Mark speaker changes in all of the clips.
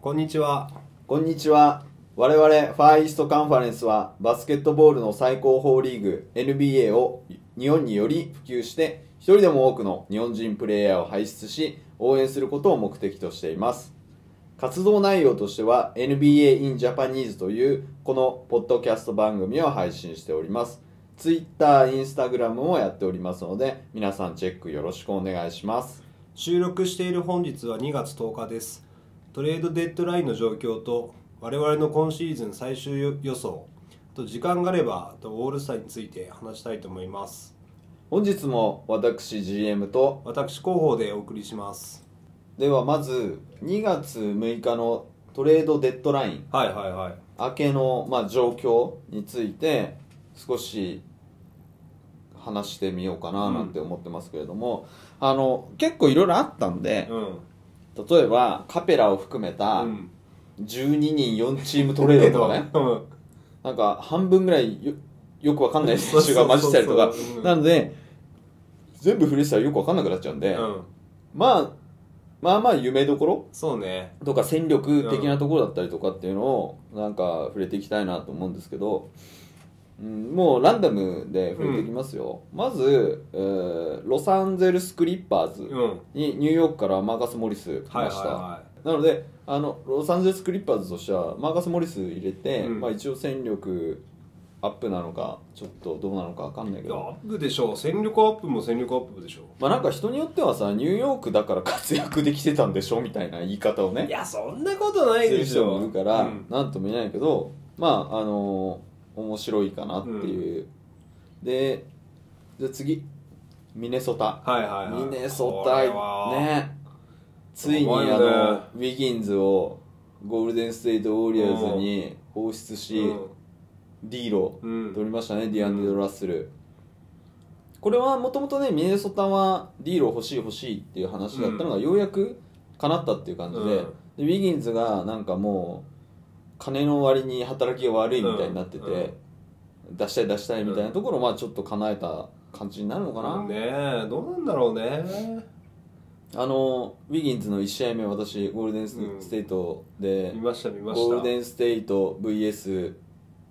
Speaker 1: こんにちは。
Speaker 2: こんにちは。我々ファーイーストカンファレンスはバスケットボールの最高峰リーグ NBA を日本により普及して一人でも多くの日本人プレイヤーを輩出し応援することを目的としています。活動内容としては NBA in Japanese というこのポッドキャスト番組を配信しております。Twitter、Instagram もやっておりますので皆さんチェックよろしくお願いします。
Speaker 1: 収録している本日は2月10日です。トレードデッドラインの状況と、我々の今シーズン最終予想、あと時間があれば、あとオールスターについて話したいと思います。
Speaker 2: 本日も私 GM と
Speaker 1: 私、広報でお送りします。
Speaker 2: ではまず2月6日のトレードデッドライン
Speaker 1: はいはいはい。
Speaker 2: 明けの、まあ、状況について少し話してみようかななんて思ってますけれども、あの結構いろいろあったんで
Speaker 1: うん。
Speaker 2: 例えばカペラを含めた
Speaker 1: うん
Speaker 2: 12人4チームトレードとかね
Speaker 1: うん。
Speaker 2: なんか半分ぐらいよよくわかんない選手が混じったりとか
Speaker 1: そうそうそうそううん
Speaker 2: なので全部フリースタイルよくわかんなくなっちゃうんで、
Speaker 1: うん。
Speaker 2: まあまあまあ有名どころ
Speaker 1: そうね。
Speaker 2: とか戦力的なところだったりとかっていうのをなんか触れていきたいなと思うんですけど、うん、もうランダムで触れていきますよ、まず、えーロサンゼルス・クリッパー
Speaker 1: うん。
Speaker 2: ズ
Speaker 1: はい
Speaker 2: にニューヨークからマーカス・モリス来
Speaker 1: はい
Speaker 2: ました、
Speaker 1: は
Speaker 2: なのであのロサンゼルス・クリッパーズとしてはマーカス・モリス入れて、
Speaker 1: うん
Speaker 2: まあ、一応戦力アップなのかちょっとどうなのか分かんない
Speaker 1: い。
Speaker 2: け
Speaker 1: いや、
Speaker 2: ど
Speaker 1: アップでしょう。戦力アップも戦力アップでしょ
Speaker 2: まあなんか人によってはさニューヨークだから活躍できてたんでしょみたいな言い方をね
Speaker 1: う。いや、そんなことな
Speaker 2: っ
Speaker 1: い
Speaker 2: てる
Speaker 1: でし
Speaker 2: 人も
Speaker 1: ょ。
Speaker 2: いうるから、
Speaker 1: うん
Speaker 2: なんとも言えないけどまああのー面白いかなっていう、でじゃあ次ミネソタ、
Speaker 1: はいはいはい。
Speaker 2: ミネソ
Speaker 1: これは
Speaker 2: タねついに
Speaker 1: 重
Speaker 2: あ
Speaker 1: いね
Speaker 2: のウィギンズをゴールデン・ステイト・ウォリアーズに放出し、ディーロ
Speaker 1: うん
Speaker 2: 取りましたね、ディアンデド・ラッスル、これはもともとねミネソタはディーロ欲しい欲しいっていう話だったのが、ようやく叶ったっていう感じで、
Speaker 1: うん
Speaker 2: でウィギンズがなんかもう金の割に働きが悪いみたいになってて、出したい出したいみたいなところをまあちょっと叶えた感じになるのかな、
Speaker 1: うんねえどうなんだろうね
Speaker 2: あのウィギンズの1試合目私ゴールデン
Speaker 1: うん
Speaker 2: ステイトで、
Speaker 1: 見ました見ました
Speaker 2: ゴールデンステイト VS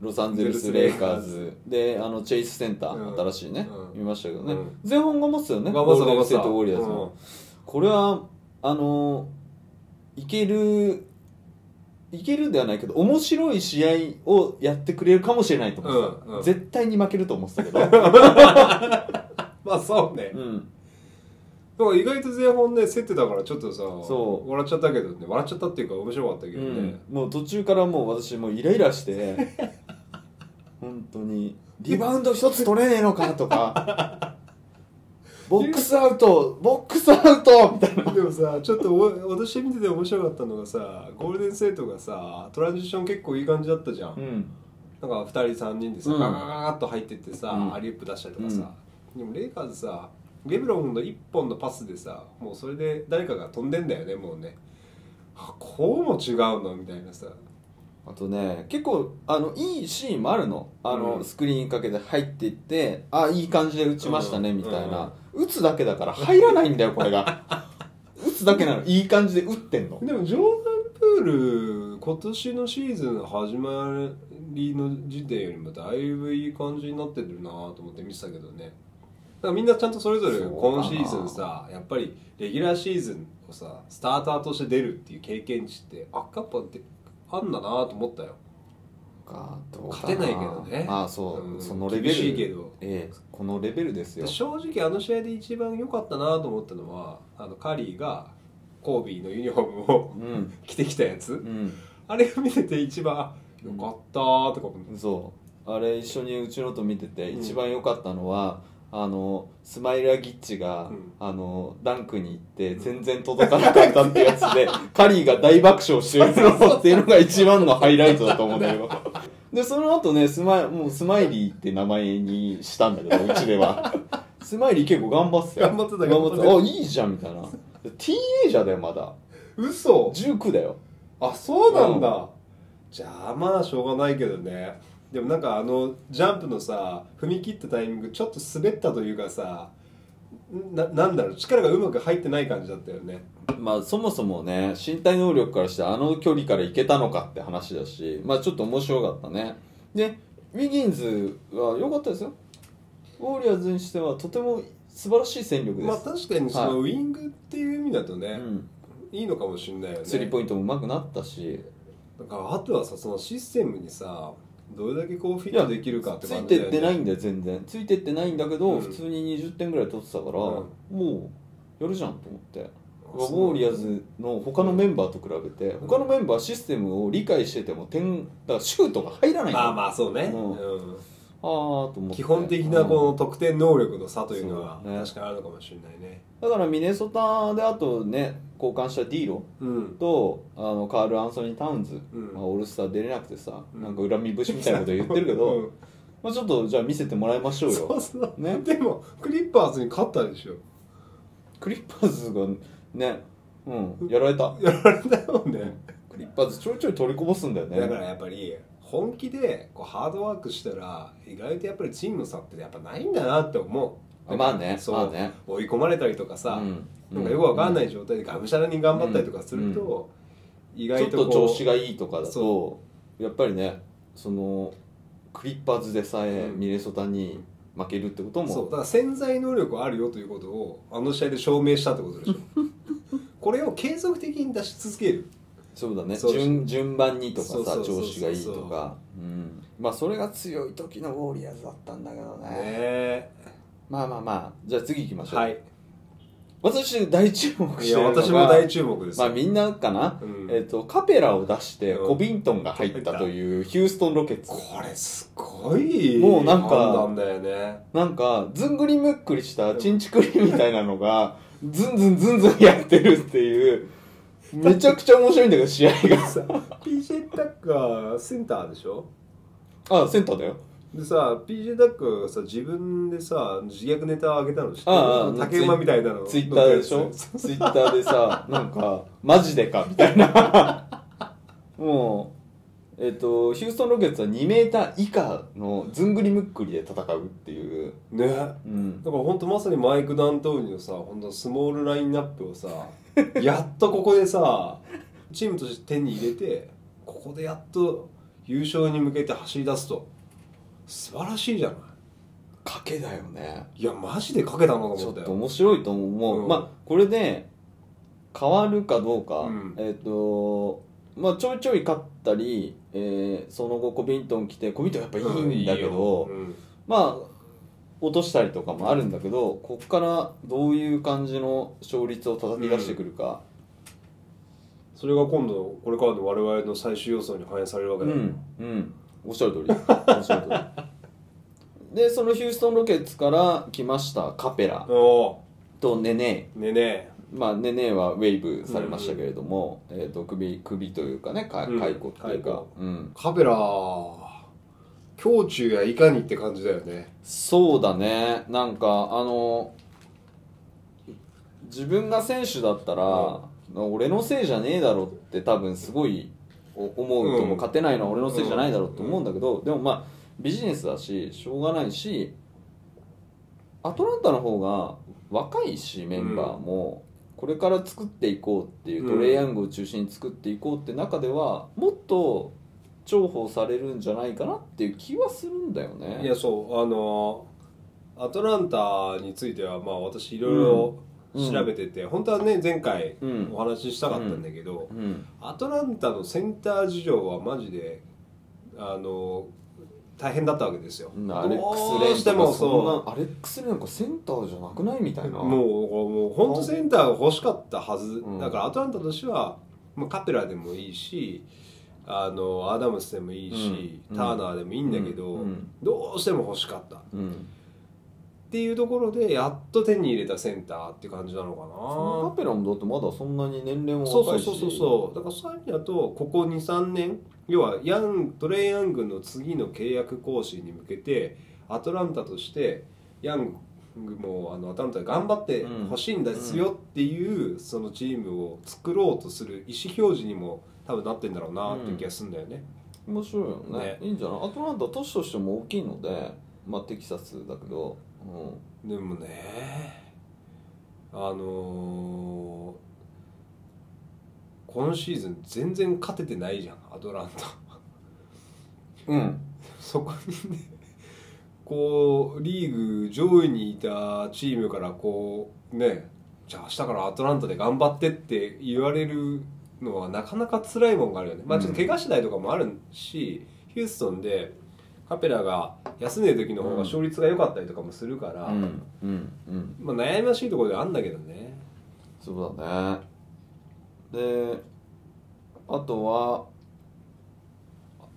Speaker 2: ロサンゼルス・レイカーズであのチェイスセンター、
Speaker 1: うん
Speaker 2: 新しいね、
Speaker 1: うん
Speaker 2: 見ましたけどね、
Speaker 1: うん
Speaker 2: 前半が持つよね
Speaker 1: 頑
Speaker 2: ゴ
Speaker 1: 張
Speaker 2: ー
Speaker 1: った
Speaker 2: ルデ
Speaker 1: 頑張
Speaker 2: ン
Speaker 1: っ
Speaker 2: ステ
Speaker 1: た
Speaker 2: イト・ウォリアーズの、これはあのいけるいけるではないけど面白い試合をやってくれるかもしれないと思ってた、
Speaker 1: うんうん
Speaker 2: 絶対に負けると思ってたけ ど、
Speaker 1: まあそうね
Speaker 2: うん、
Speaker 1: だから意外と前半ね競ってたからちょっとさ
Speaker 2: そう
Speaker 1: 笑っちゃったけどね笑っちゃったっていうか面白かったけど
Speaker 2: う
Speaker 1: ね、
Speaker 2: んもう途中からもう私もうイライラして 本当にリバウンド一つ取れねえのかとか ボックスアウトボックスアウトみたいな
Speaker 1: でもさちょっとお 私見てて面白かったのがさゴールデンステートがさトランジション結構いい感じだったじゃん、
Speaker 2: うん
Speaker 1: なんか2人3人でさ、
Speaker 2: うん
Speaker 1: ガガガガッと入ってってさ、
Speaker 2: うん
Speaker 1: アリウップ出したりとかさ、でもレイカーズさレブロンの1本のパスでさもうそれで誰かが飛んでんだよねもうねあこうも違うのみたいなさ
Speaker 2: あとね結構あのいいシーンもあるのあの、
Speaker 1: うん
Speaker 2: スクリーンかけて入っていってあいい感じで打ちましたね、
Speaker 1: うん
Speaker 2: みたいな、打つだけだから入らないんだよこれが打つだけなのいい感じで打ってんの
Speaker 1: でもジョーダン・プール今年のシーズンの始まりの時点よりもだいぶいい感じになってるなと思って見てたけどねだからみんなちゃんとそれぞれ
Speaker 2: そうかな
Speaker 1: 今シーズンさやっぱりレギュラーシーズンをさスターターとして出るっていう経験値ってあやっぱってあんだなと思ったよ
Speaker 2: かどうか
Speaker 1: 勝てないけどね
Speaker 2: まあそう、
Speaker 1: うん
Speaker 2: そのレベル
Speaker 1: 厳しいけど
Speaker 2: ええこのレベルですよ
Speaker 1: 正直あの試合で一番良かったなと思ったのはあのカリーがコービーのユニフォームを
Speaker 2: うん
Speaker 1: 着てきたやつ
Speaker 2: うん
Speaker 1: あれを見てて一番あよかったーとか思って
Speaker 2: そうあれ一緒にうちのと見てて
Speaker 1: うん
Speaker 2: 一番良かったのは、あのスマイラ・ギッチが、
Speaker 1: うん
Speaker 2: あのダンクに行って全然届かなかったってやつ で、カリーが大爆笑してるのっていうのが一番のハイライトだと思うんだけどでその後ねスマイもうスマイリーって名前にしたんだ けどうちではスマイリー結構頑張ってたよ
Speaker 1: 頑張ってた
Speaker 2: 頑張って
Speaker 1: 頑張
Speaker 2: たあいいじゃんみたいなティーンエイジャーだよまだ
Speaker 1: 嘘
Speaker 2: 19だよ
Speaker 1: あそうなんだ、
Speaker 2: うん
Speaker 1: じゃあまあしょうがないけどねでもなんかあのジャンプのさ踏み切ったタイミングちょっと滑ったというかさななんだろう力がうまく入ってない感じだったよね
Speaker 2: まあそもそもね身体能力からしてあの距離から行けたのかって話だしまあちょっと面白かったねでウィギンズは良かったですよウォーリアーズにしてはとても素晴らしい戦力です、
Speaker 1: まあ確かにそのウイングっていう意味だとね、
Speaker 2: うん、
Speaker 1: いいのかもしれないよね
Speaker 2: スリーポイントも上手くなったし
Speaker 1: だからあとはさそのシステムにさどれだけこうフィットできるかって
Speaker 2: つい
Speaker 1: 感
Speaker 2: て
Speaker 1: じだ
Speaker 2: っ
Speaker 1: よ
Speaker 2: て
Speaker 1: ね
Speaker 2: ないんだよ全然ついてってないんだけど、
Speaker 1: うん
Speaker 2: 普通に20点ぐらい取ってたから、
Speaker 1: うん
Speaker 2: もうやるじゃんと思ってウ
Speaker 1: そう
Speaker 2: ォーリアーズの他のメンバーと比べて他のメンバーはシステムを理解してても点だからシュートが入らないんだよ
Speaker 1: まあまあそうね、
Speaker 2: うん
Speaker 1: うん
Speaker 2: あーと思って
Speaker 1: 基本的なこの
Speaker 2: うん
Speaker 1: 得点能力の差というのは
Speaker 2: そうね
Speaker 1: 確かにあるのかもしれないね
Speaker 2: だからミネソタであとね交換したディーロ
Speaker 1: うん
Speaker 2: とあのカール・アンソニー・タウンズ、
Speaker 1: うん
Speaker 2: まあ、オールスター出れなくてさ、
Speaker 1: うん
Speaker 2: なんか恨み節みたいなこと言ってるけど、
Speaker 1: うん
Speaker 2: まあ、ちょっとじゃあ見せてもらいましょうよ
Speaker 1: そうそう、
Speaker 2: ね
Speaker 1: でもクリッパーズに勝ったでしょ
Speaker 2: クリッパーズがねうんやられた
Speaker 1: やられたもんね、
Speaker 2: クリッパーズちょいちょい取りこぼすんだよね
Speaker 1: だからやっぱり本気でこうハードワークしたら意外とやっぱりチームの差ってやっぱないんだなって思う
Speaker 2: まあね
Speaker 1: そう、
Speaker 2: まあね
Speaker 1: 追い込まれたりとかさ、
Speaker 2: うん
Speaker 1: なんかよくわかんない状態でがむしゃらに頑張ったりとかすると、意
Speaker 2: ちょ
Speaker 1: 外
Speaker 2: っ
Speaker 1: と
Speaker 2: と
Speaker 1: こう
Speaker 2: 調子がいいとかだと
Speaker 1: そ
Speaker 2: やっぱりねそのクリッパーズでさえ
Speaker 1: うん
Speaker 2: ミネソタに負けるってこと
Speaker 1: そうだ
Speaker 2: も
Speaker 1: から潜在能力はあるよということをあの試合で証明したってことでし ょこれを継続的に出し続ける
Speaker 2: そうだね
Speaker 1: そう
Speaker 2: 順順番にとか
Speaker 1: そう
Speaker 2: さ
Speaker 1: そうそうそう
Speaker 2: 調子がいいとかうんまあそれが強い時のウォーリアーズだったんだけど
Speaker 1: ね
Speaker 2: ね
Speaker 1: え
Speaker 2: まあまあまあじゃあ次行きましょう
Speaker 1: はい
Speaker 2: 私大注目
Speaker 1: い
Speaker 2: して
Speaker 1: や
Speaker 2: るのが
Speaker 1: 私も大注目です
Speaker 2: まあみんなかな、
Speaker 1: うん
Speaker 2: えっとカペラを出して
Speaker 1: うん
Speaker 2: コビントンが入ったというヒューストン・ロケッツ
Speaker 1: これすごい
Speaker 2: もうなんか
Speaker 1: 判断だよね
Speaker 2: なんかずんぐりむっくりしたチンチクリみたいなのがずんずんずんずんやってるっていうめちゃくちゃ面白いんだけど試合が
Speaker 1: さ PJ タックがセンターでしょ
Speaker 2: あセンターだよ
Speaker 1: でさ PJ タックがさ自分でさ自虐ネタを上げたの知ってる
Speaker 2: ああ
Speaker 1: 竹馬みたいなの
Speaker 2: ツイッターでしょツイッターでさ なんかマジでかみたいな もうえっ、とヒューストン・ロケッツは2メーター以下のずんぐりむっくりで戦うっていう
Speaker 1: ねだ
Speaker 2: うん
Speaker 1: から本当まさにマイク・ダントーニのさ本当スモールラインナップを さやっとここでさチームとして手に入れてここでやっと優勝に向けて走り出すと素晴らしいじゃない
Speaker 2: 賭けだよね
Speaker 1: いやマジでかけたなと
Speaker 2: ち
Speaker 1: 思
Speaker 2: ょっ
Speaker 1: った
Speaker 2: と
Speaker 1: よ
Speaker 2: 面白いと思う、
Speaker 1: うん
Speaker 2: まあこれで変わるかどうか、
Speaker 1: うん
Speaker 2: えっ、とまあちょいちょい勝ったり、えーその後コビントン来てコビントンやっぱいいんだけど、
Speaker 1: うんいいようん
Speaker 2: まあ落としたりとかもあるんだけどこっからどういう感じの勝率を叩き出してくるか、
Speaker 1: それが今度これからの我々の最終予想に反映されるわ
Speaker 2: う
Speaker 1: け
Speaker 2: ん
Speaker 1: だよ、
Speaker 2: うんおっしゃる通りおっしゃる通り でそのヒューストン・ロケッツから来ましたカペラ
Speaker 1: お
Speaker 2: とネネ
Speaker 1: ーねえね
Speaker 2: まあ、ネネはウェイブされましたけれども、えー、と首首というかねか
Speaker 1: うん
Speaker 2: 解雇というか
Speaker 1: 解、
Speaker 2: うん
Speaker 1: カペラ胸中やいかにって感じだよね
Speaker 2: そうだねなんかあの自分が選手だったら、俺のせいじゃねえだろって多分すごいお思うと
Speaker 1: うん
Speaker 2: も勝てないのは俺のせいじゃないだろうと思うんだけど、でもまあビジネスだししょうがないしアトランタの方が若いしメンバーも、これから作っていこうっていうトレイヤングを中心に作っていこうって中ではもっと重宝されるんじゃないかなっていう気はするんだよね。
Speaker 1: いやそうあのアトランタについてはまあ私いろいろ調べてて、本当はね前回
Speaker 2: うん
Speaker 1: お話ししたかったんだけど、
Speaker 2: うん
Speaker 1: アトランタのセンター事情はマジであの大変だったわけですよ
Speaker 2: アレックス・
Speaker 1: ど
Speaker 2: レ
Speaker 1: う
Speaker 2: ン
Speaker 1: して
Speaker 2: と
Speaker 1: も
Speaker 2: かそん
Speaker 1: そう
Speaker 2: なアレックス・レンなんかセンターじゃなくないみたいな
Speaker 1: もうもう本当センターが欲しかったはず、
Speaker 2: うん
Speaker 1: だからアトランタとしては、まあ、カペラでもいいしあのアダムスでもいいし、
Speaker 2: うん
Speaker 1: ターナーでもいいんだけど、
Speaker 2: うんうん
Speaker 1: どうしても欲しかったっ
Speaker 2: うん、
Speaker 1: ていうところでやっと手に入れたセンターって感じなの
Speaker 2: そのカ
Speaker 1: か
Speaker 2: ペラもだってまだそんなに年齢も
Speaker 1: なそうそ
Speaker 2: 若
Speaker 1: う
Speaker 2: いし
Speaker 1: そうそうそうだからそういう意味だとここ23年要はヤントレイ・ヤングの次の契約更新に向けてアトランタとしてヤングもあのアトランタで頑張ってほしいんですよっていう、そのチームを作ろうとする意思表示にも多分なってんだろうなっていう気がするんだよね。
Speaker 2: 面白いよね
Speaker 1: ね
Speaker 2: いいんじゃないアトランタは都市としても大きいのでまあテキサスだけど、うん、
Speaker 1: でもねあのー今シーズン全然勝ててないじゃんアトランタ
Speaker 2: うん
Speaker 1: そこにねこうリーグ上位にいたチームからこうねじゃあ明日からアトランタで頑張ってって言われるのはなかなか辛いもんがあるよね、まあ、ちょっと怪我次第とかもあるし、ヒューストンでカペラが休んでる時の方が勝率が良かったりとかもするか
Speaker 2: う
Speaker 1: ら、
Speaker 2: んうんうん
Speaker 1: まあ、悩ましいところではあんだけどね
Speaker 2: そうだねであとは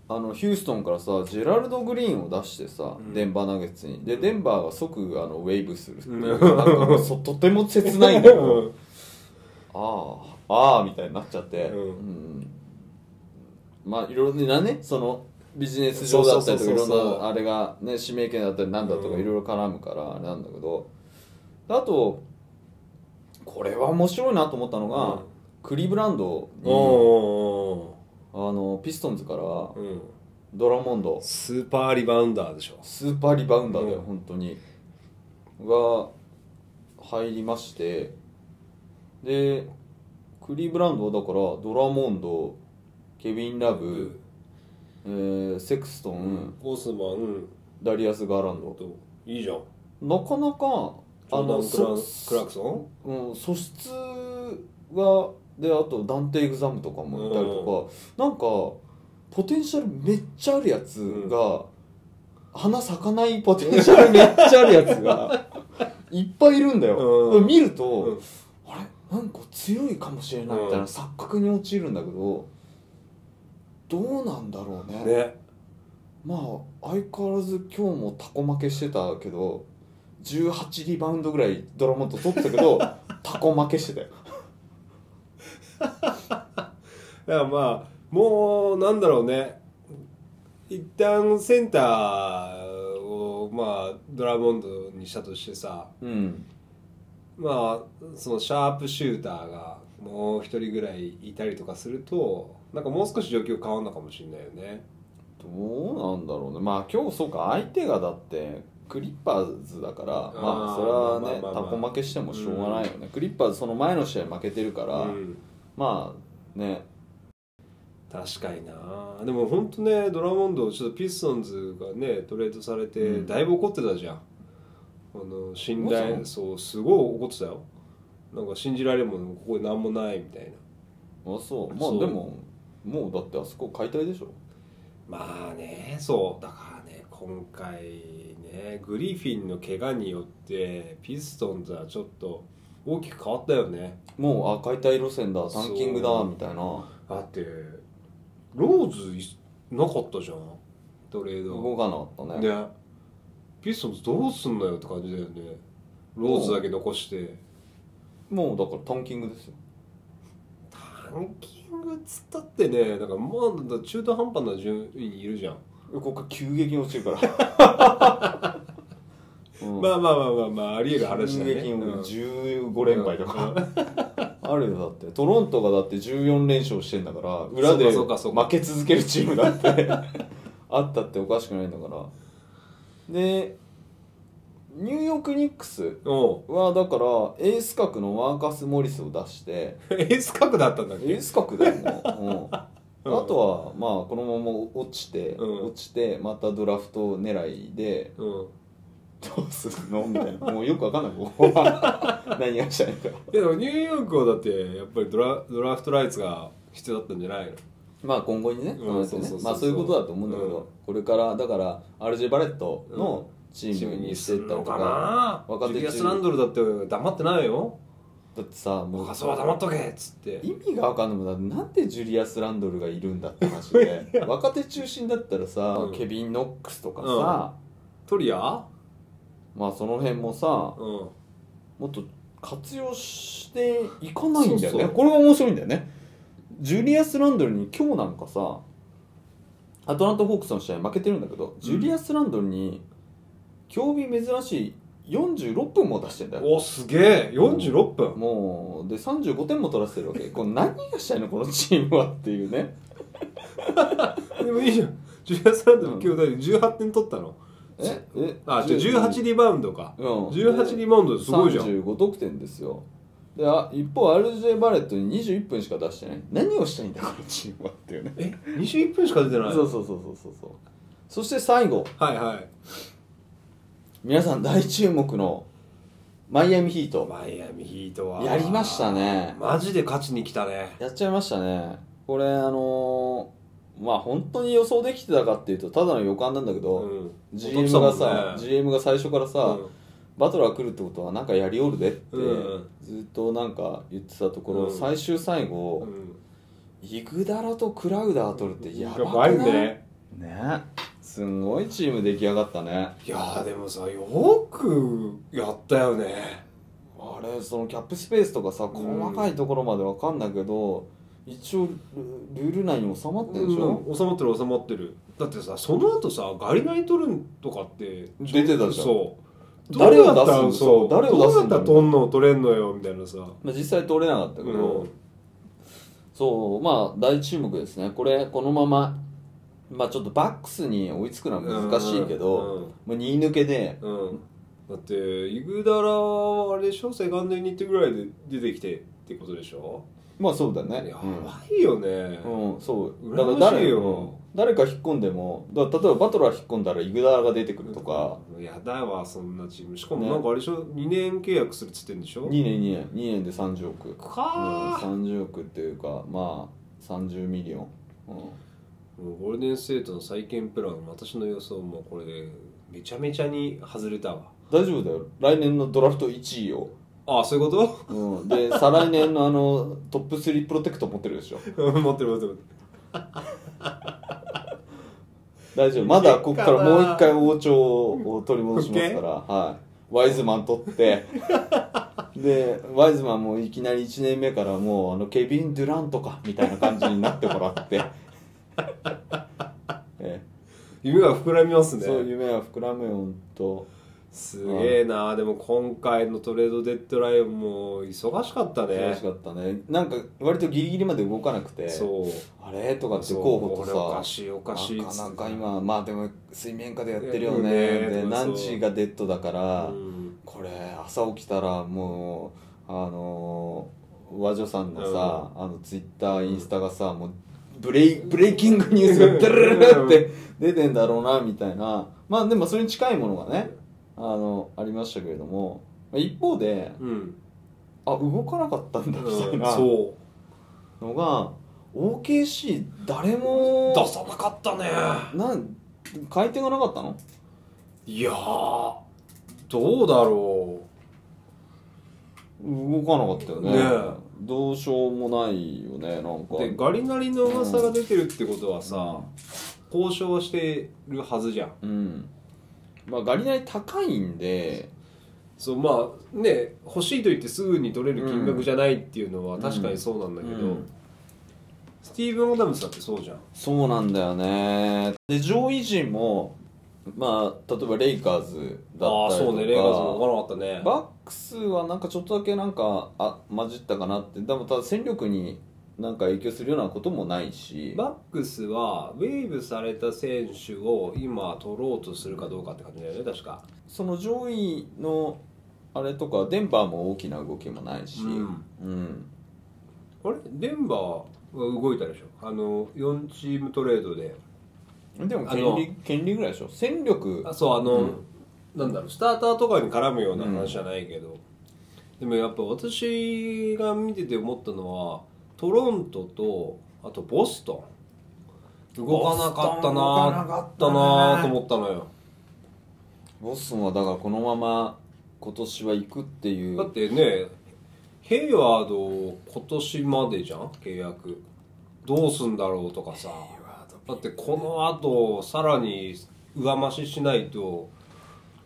Speaker 2: あのヒューストンからさジェラルド・グリーンを出してさ、
Speaker 1: うん
Speaker 2: デンバーナゲッツにでデンバーが即あのウェイブするっていう
Speaker 1: うん
Speaker 2: な んかもうそとても切ないんだけどああああみたいになっちゃって、
Speaker 1: うん
Speaker 2: うんまあいろいろなねそのビジネス上だったりと
Speaker 1: そ
Speaker 2: かいう
Speaker 1: そう
Speaker 2: ろ
Speaker 1: そうそうん
Speaker 2: なあれが、ね、指名権だったりなんだとか
Speaker 1: うん
Speaker 2: いろいろ絡むからあれなんだけど、であとこれは面白いなと思ったのが、
Speaker 1: うん
Speaker 2: クリーブランド
Speaker 1: お
Speaker 2: に、
Speaker 1: お
Speaker 2: あのピストンズから
Speaker 1: ーうん
Speaker 2: ドラモンド
Speaker 1: スーパーリバウンダーでしょ
Speaker 2: スーパーリバウンダーだよ、
Speaker 1: うん
Speaker 2: 本当にが入りましてでクリーブランドはだからドラモンドケビン・ラブ、えーセクストン、
Speaker 1: オスマン
Speaker 2: ダリアス・ガーランド
Speaker 1: といいじゃん
Speaker 2: なかなか
Speaker 1: ジョーダンクラン
Speaker 2: そ
Speaker 1: クラクソ
Speaker 2: うん、素質がであとダンテ・エグザムとかもいたりとか、なんかポテンシャルめっちゃあるやつが、花咲かないポテンシャルめっちゃあるやつ がいっぱいいるんだよ、
Speaker 1: うん
Speaker 2: 見ると、
Speaker 1: うん
Speaker 2: あれなんか強いかもしれないみたいな
Speaker 1: うん
Speaker 2: 錯覚に陥るんだけどどうなんだろう
Speaker 1: ンね
Speaker 2: まあ相変わらず今日もタコ負けしてたけど18リバウンドぐらいドラマと取ってた けどタコ負けしてたよ
Speaker 1: だからまあもうなんだろうね一旦センターをまあドラモンドにしたとしてさ
Speaker 2: うん
Speaker 1: まあそのシャープシューターがもう一人ぐらいいたりとかするとなんかもう少し状況変わるのかもしれないよね
Speaker 2: どうなんだろうねまあ今日そうか相手がだってクリッパーズだから
Speaker 1: ー
Speaker 2: まあそれはね
Speaker 1: まあまあま
Speaker 2: タ
Speaker 1: あまあ
Speaker 2: コ負けしてもしょうがないよね、クリッパーズその前の試合負けてるから、
Speaker 1: うん
Speaker 2: まあね
Speaker 1: 確かになでも本当ねドラモンドちょっとピストンズがねトレードされて、
Speaker 2: うん
Speaker 1: だいぶ怒ってたじゃんあの信
Speaker 2: 怒ってた
Speaker 1: 頼
Speaker 2: の
Speaker 1: そうすごい怒ってたよなんか信じられるものここに何もないみたいな
Speaker 2: まあそうまあ
Speaker 1: そう
Speaker 2: でももうだってあそこ解体でしょ
Speaker 1: まあねそうだからね今回ねグリフィンの怪我によってピストンズはちょっと大きく変わったよね
Speaker 2: もうあ解体路線だタンキングだ
Speaker 1: そう
Speaker 2: みたいな
Speaker 1: だってローズいなかったじゃんトレード
Speaker 2: 動かなかったね
Speaker 1: ねピストンズどうすんのよって感じだよねローズだけ残して
Speaker 2: もうだからタンキングですよ
Speaker 1: ランキングっつったってねだからもう中途半端な順位にいるじゃん、
Speaker 2: ここから急激に落ちるから、うん
Speaker 1: まあまあまあまあまあありえる話だね
Speaker 2: 急激に
Speaker 1: うん
Speaker 2: 15連敗とか、あるよだってトロントがだって14連勝してんだから裏で
Speaker 1: そうかそうか
Speaker 2: 負け続けるチームだって あったっておかしくないんだからでニューヨーク・ニックス
Speaker 1: お
Speaker 2: はだからエース格のマーカス・モリスを出して
Speaker 1: うエース角だったんだっ
Speaker 2: エ
Speaker 1: け
Speaker 2: ース格だよね、うん
Speaker 1: うん
Speaker 2: あとはまあこのまま落ちて、
Speaker 1: うん
Speaker 2: 落ちてまたドラフト狙いで
Speaker 1: うん
Speaker 2: どうするのみた いなもうよくわかんないここは何がしたいか
Speaker 1: いやでもニューヨークはだってやっぱりドラドラフトライツが必要だったんじゃないの
Speaker 2: まあ今後にね
Speaker 1: うん
Speaker 2: 考えてね
Speaker 1: そうそうそうそう
Speaker 2: まあそういうことだと思うんだけど、
Speaker 1: うん
Speaker 2: これからだからアルジェバレットのチ
Speaker 1: チー
Speaker 2: ー
Speaker 1: ム
Speaker 2: ムに
Speaker 1: に
Speaker 2: して
Speaker 1: す
Speaker 2: い
Speaker 1: ん
Speaker 2: ったり
Speaker 1: の
Speaker 2: と
Speaker 1: か
Speaker 2: か
Speaker 1: な
Speaker 2: 若手
Speaker 1: ジュリア
Speaker 2: チー
Speaker 1: ス・
Speaker 2: ム
Speaker 1: ランドルだって黙ってないよ
Speaker 2: だってさも
Speaker 1: あそうは黙っとけっつって
Speaker 2: 意味がわかんないもんだってなんでジュリアス・ランドルがいるんだって話 で若手中心だったらさ、
Speaker 1: うん
Speaker 2: ケビン・ノックスとかさ、
Speaker 1: トリア
Speaker 2: まあその辺もさ
Speaker 1: うん
Speaker 2: もっと活用していかないんだよね
Speaker 1: そうそう
Speaker 2: これが面白いんだよねジュリアス・ランドルに今日なんかさアトランタ・ホークスの試合負けてるんだけど、ジュリアス・ランドルに競技珍しい46分も出してんだよ
Speaker 1: おすげえ46分
Speaker 2: もうで35点も取らせてるわけこれ何がしたいのこのチームはっていうね
Speaker 1: でもいいじゃん。ジュリアス・ランドも今日だって18点取ったの。
Speaker 2: ええ
Speaker 1: あじゃあ18リバウンドか、
Speaker 2: うん
Speaker 1: 18リバウンドすごいじゃん
Speaker 2: 35得点ですよであ一方 RJ バレットに21分しか出してない何をしたいんだこのチームはっていうね
Speaker 1: え21分しか出てない
Speaker 2: そうそうそうそうそうそうそして最後
Speaker 1: はいはい
Speaker 2: 皆さん大注目のマイアミヒート
Speaker 1: マイアミヒートは
Speaker 2: やりましたね
Speaker 1: マジで勝ちに来たね
Speaker 2: やっちゃいましたねこれあのーまあ本当に予想できてたかっていうとただの予感なんだけど、
Speaker 1: うん
Speaker 2: GM がさ、
Speaker 1: 本当来たもんね
Speaker 2: GM が最初からさ、
Speaker 1: うん
Speaker 2: バトラー来るってことはなんかやりおるでって
Speaker 1: うん
Speaker 2: ずっとなんか言ってたところ、
Speaker 1: うん
Speaker 2: 最終最後、
Speaker 1: うん
Speaker 2: イグダラとクラウダー取るってやば
Speaker 1: い
Speaker 2: くないね
Speaker 1: ね
Speaker 2: すんごいチーム出来上がったね
Speaker 1: いやーでもさよくやったよね
Speaker 2: あれそのキャップスペースとかさ
Speaker 1: ん
Speaker 2: 細かいところまで分かんないけど、一応ルルール内に収まってるでしょ、
Speaker 1: うん収まってる収まってるだってさその後さガリナイトルンとかって
Speaker 2: 出てたじゃん
Speaker 1: そう
Speaker 2: 誰を出
Speaker 1: どうや
Speaker 2: すん
Speaker 1: ったらそう
Speaker 2: 誰を出すん
Speaker 1: ど
Speaker 2: だ
Speaker 1: うやったら取んの取れんのよみたいなさ
Speaker 2: まあ、実際取れなかったけど、
Speaker 1: うん
Speaker 2: そうまあ大注目ですねこれこのまままあちょっとバックスに追いつくのは難しいけど、もう2抜けで
Speaker 1: うんうんうんだってイグダラはあれでしょセカンドユニットぐらいで出てきてってことでしょ
Speaker 2: まあそうだね
Speaker 1: やばいよね、
Speaker 2: うん、うん、そう
Speaker 1: 羨ましいよ
Speaker 2: 誰うん誰か引っ込んでもだから例えばバトラー引っ込んだらイグダーが出てくるとか、
Speaker 1: やだわそんなチームしかもなんかあれでしょ、2年契約するっつってんでしょ
Speaker 2: 2年2年2年で30億、うん、
Speaker 1: か
Speaker 2: 30億っていうかまあ30ミリオン、う
Speaker 1: ーもうゴールデンステートの再建プラン私の予想もこれでめちゃめちゃに外れたわ
Speaker 2: ん、大丈夫だよ来年のドラフト1位を
Speaker 1: ああそういう こ
Speaker 2: うん、で再来年のあのトップ3プロテクト持ってるでしょ
Speaker 1: と持ってる持ってる
Speaker 2: 大丈夫まだここからもう一回王朝を取り戻しますから、はい、ワイズマン取ってでワイズマンもいきなり1年目からもうあのケビン・デュランとかみたいな感じになってもらってえ
Speaker 1: 夢が膨らみます
Speaker 2: え
Speaker 1: ね
Speaker 2: そう夢は膨らむよ本当
Speaker 1: すげえなでも今回のトレードデッドラインも忙しかったね
Speaker 2: 楽しかったねなんか割とギリギリまで動かなくて
Speaker 1: そう
Speaker 2: あれとかって
Speaker 1: そう
Speaker 2: 候補
Speaker 1: これお
Speaker 2: と
Speaker 1: か
Speaker 2: さ
Speaker 1: しいおかしいっ
Speaker 2: な
Speaker 1: つ
Speaker 2: か
Speaker 1: って
Speaker 2: なか今まあでも水面下でやってるよね
Speaker 1: やってるね
Speaker 2: で
Speaker 1: そう
Speaker 2: ナンチーがデッドだから、
Speaker 1: うん
Speaker 2: これ朝起きたらもうあのー和女さんのさ、あのツイッターインスタがさ、もうブレイブレイキングニュースがドゥルルルルって出てんだろうなみたいなまあでもそれに近いものがねあのありましたけれども一方で
Speaker 1: うん
Speaker 2: あ動かなかったんだみたいな
Speaker 1: そ
Speaker 2: のが OKC 誰
Speaker 1: う
Speaker 2: も
Speaker 1: 出さなかったね
Speaker 2: なん回転がなかったの
Speaker 1: いやーどうだろ
Speaker 2: 動かなかったよね
Speaker 1: ね
Speaker 2: どうしようもないよねなんか
Speaker 1: うでガリナリの噂が出てるってことはさ、交渉はしてるはずじゃん
Speaker 2: うんまあガリナリ高いんで
Speaker 1: そうまあね欲しいと言ってすぐに取れる金額じゃないっていうのは確かにそうなんだけど、
Speaker 2: うん
Speaker 1: スティーブン・アダムスだってそうじゃん
Speaker 2: そうなんだよねで上位陣もまあ例えばレイカーズだ
Speaker 1: ああ
Speaker 2: ったりと
Speaker 1: そ
Speaker 2: か
Speaker 1: うねレイカーズも分からなかったね
Speaker 2: バックスはなんかちょっとだけなんかあ混じったかなってでもただ戦力になんか影響するようなこともないし
Speaker 1: バックスはウェーブされた選手を今取ろうとするかどうかって感じだよね確か、
Speaker 2: その上位のあれとかデンバーも大きな動きもないし、
Speaker 1: うん
Speaker 2: うん
Speaker 1: あれデンバーは動いたでしょあの4チームトレードで
Speaker 2: でも
Speaker 1: あの
Speaker 2: 権利権利ぐらいでしょ戦力
Speaker 1: あそうあの、
Speaker 2: うん
Speaker 1: なんだろうスターターとかに絡むような話じゃないけど、でもやっぱ私が見てて思ったのはトロントとあとボストン動かなかったな
Speaker 2: ボストン動かなかったね
Speaker 1: なと思ったのよ
Speaker 2: ボストンはだからこのまま今年は行くってい
Speaker 1: だ
Speaker 2: う
Speaker 1: ってねヘイワード今年までじゃん契約どうすんだろうとかさだってこのあとさらに上増ししないと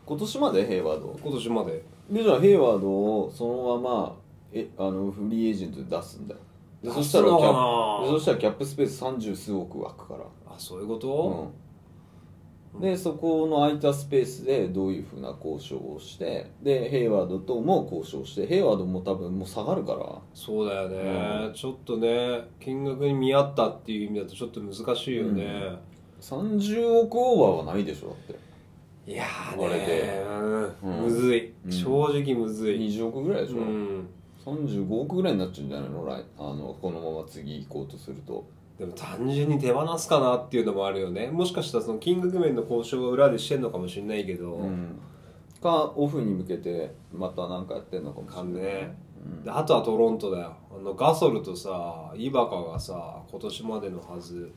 Speaker 2: 今年までヘイワード
Speaker 1: 今年まで
Speaker 2: でじゃあヘイワードをそのままえあのフリーエージェントで出すんだよでそしたらキャ
Speaker 1: 出すのか
Speaker 2: ッ
Speaker 1: な
Speaker 2: プでそしたらキャップスペース30数億湧くから、
Speaker 1: あそういうこと、
Speaker 2: うん、でそこの空いたスペースでどういうふうな交渉をしてでヘイワードとも交渉してヘイワードも多分もう下がるから
Speaker 1: そうだよね、ちょっとね金額に見合ったっていう意味だとちょっと難しいよね、
Speaker 2: 30億オーバーはないでしょだって
Speaker 1: いやーね
Speaker 2: これで
Speaker 1: うん
Speaker 2: うん
Speaker 1: むずい、
Speaker 2: うん
Speaker 1: 正直むずい、
Speaker 2: 20億ぐらいでし
Speaker 1: う
Speaker 2: ょ、
Speaker 1: ん、
Speaker 2: 35億ぐらいになっちゃうんじゃないの来あのこのまま次行こうとすると
Speaker 1: でも単純に手放すかなっていうのもあるよねもしかしたらその金額面の交渉を裏でしてんのかもしれないけど、
Speaker 2: うんかオフに向けてまた何かやってんのかもし
Speaker 1: か
Speaker 2: れ
Speaker 1: ん
Speaker 2: ない
Speaker 1: ね、
Speaker 2: うん
Speaker 1: であとはトロントだよあのガソルとさイバカがさ今年までのはず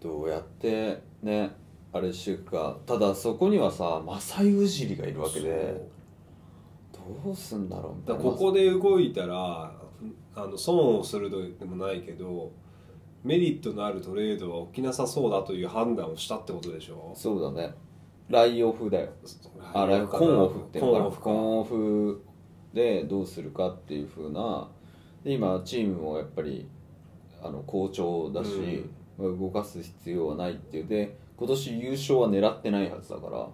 Speaker 2: どうやってねあれしていくかただそこにはさマサイウジリがいるわけでどうすんだろうみた
Speaker 1: だ
Speaker 2: い
Speaker 1: か
Speaker 2: な
Speaker 1: らここで動いたらあの損をするでもないけどメリットのあるトレードは起きなさそうだという判断をしたってことでしょ
Speaker 2: そうだねライオフだよあライオフコンオフっていう
Speaker 1: コ
Speaker 2: の
Speaker 1: ン
Speaker 2: か
Speaker 1: オ
Speaker 2: な
Speaker 1: フか
Speaker 2: コンオフでどうするかっていう風なで今チームもやっぱりあの好調だし、動かす必要はないっていうで今年優勝は狙ってないはずだから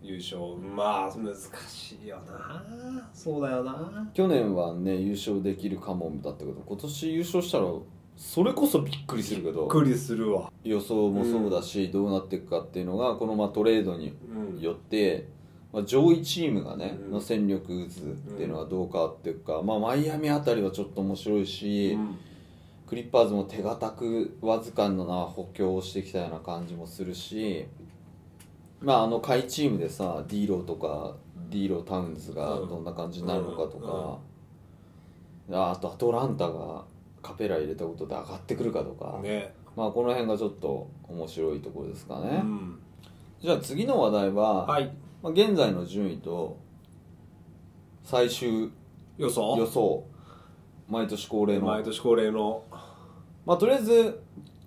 Speaker 1: 優勝まあ難しいよなそうだよな
Speaker 2: 去年はね優勝できるかもだったけど今年優勝したらそれこそびっくりするけど
Speaker 1: びっくりするわ
Speaker 2: 予想もそうだし、どうなっていくかっていうのがこのまあトレードに
Speaker 1: うん
Speaker 2: よって、まあ、上位チームがね、
Speaker 1: うん
Speaker 2: の戦力渦っていうのはどう変わっていくか、まあ、マイアミあたりはちょっと面白いし、
Speaker 1: うん
Speaker 2: クリッパーズも手堅くわずかのな補強をしてきたような感じもするし、まあ、あの下位チームでさディーローとかディーロータウンズが
Speaker 1: うん
Speaker 2: どんな感じになるのかとか、ああとアトランタがカペラ入れたことで上がってくるかとか、
Speaker 1: ね
Speaker 2: まあ、この辺がちょっと面白いところですか
Speaker 1: う
Speaker 2: ね。
Speaker 1: ん
Speaker 2: じゃあ次の話題は、
Speaker 1: はい
Speaker 2: まあ、現在の順位と最終
Speaker 1: 予想
Speaker 2: 予想毎年恒例の、
Speaker 1: 毎年恒例の
Speaker 2: まあ、とりあえず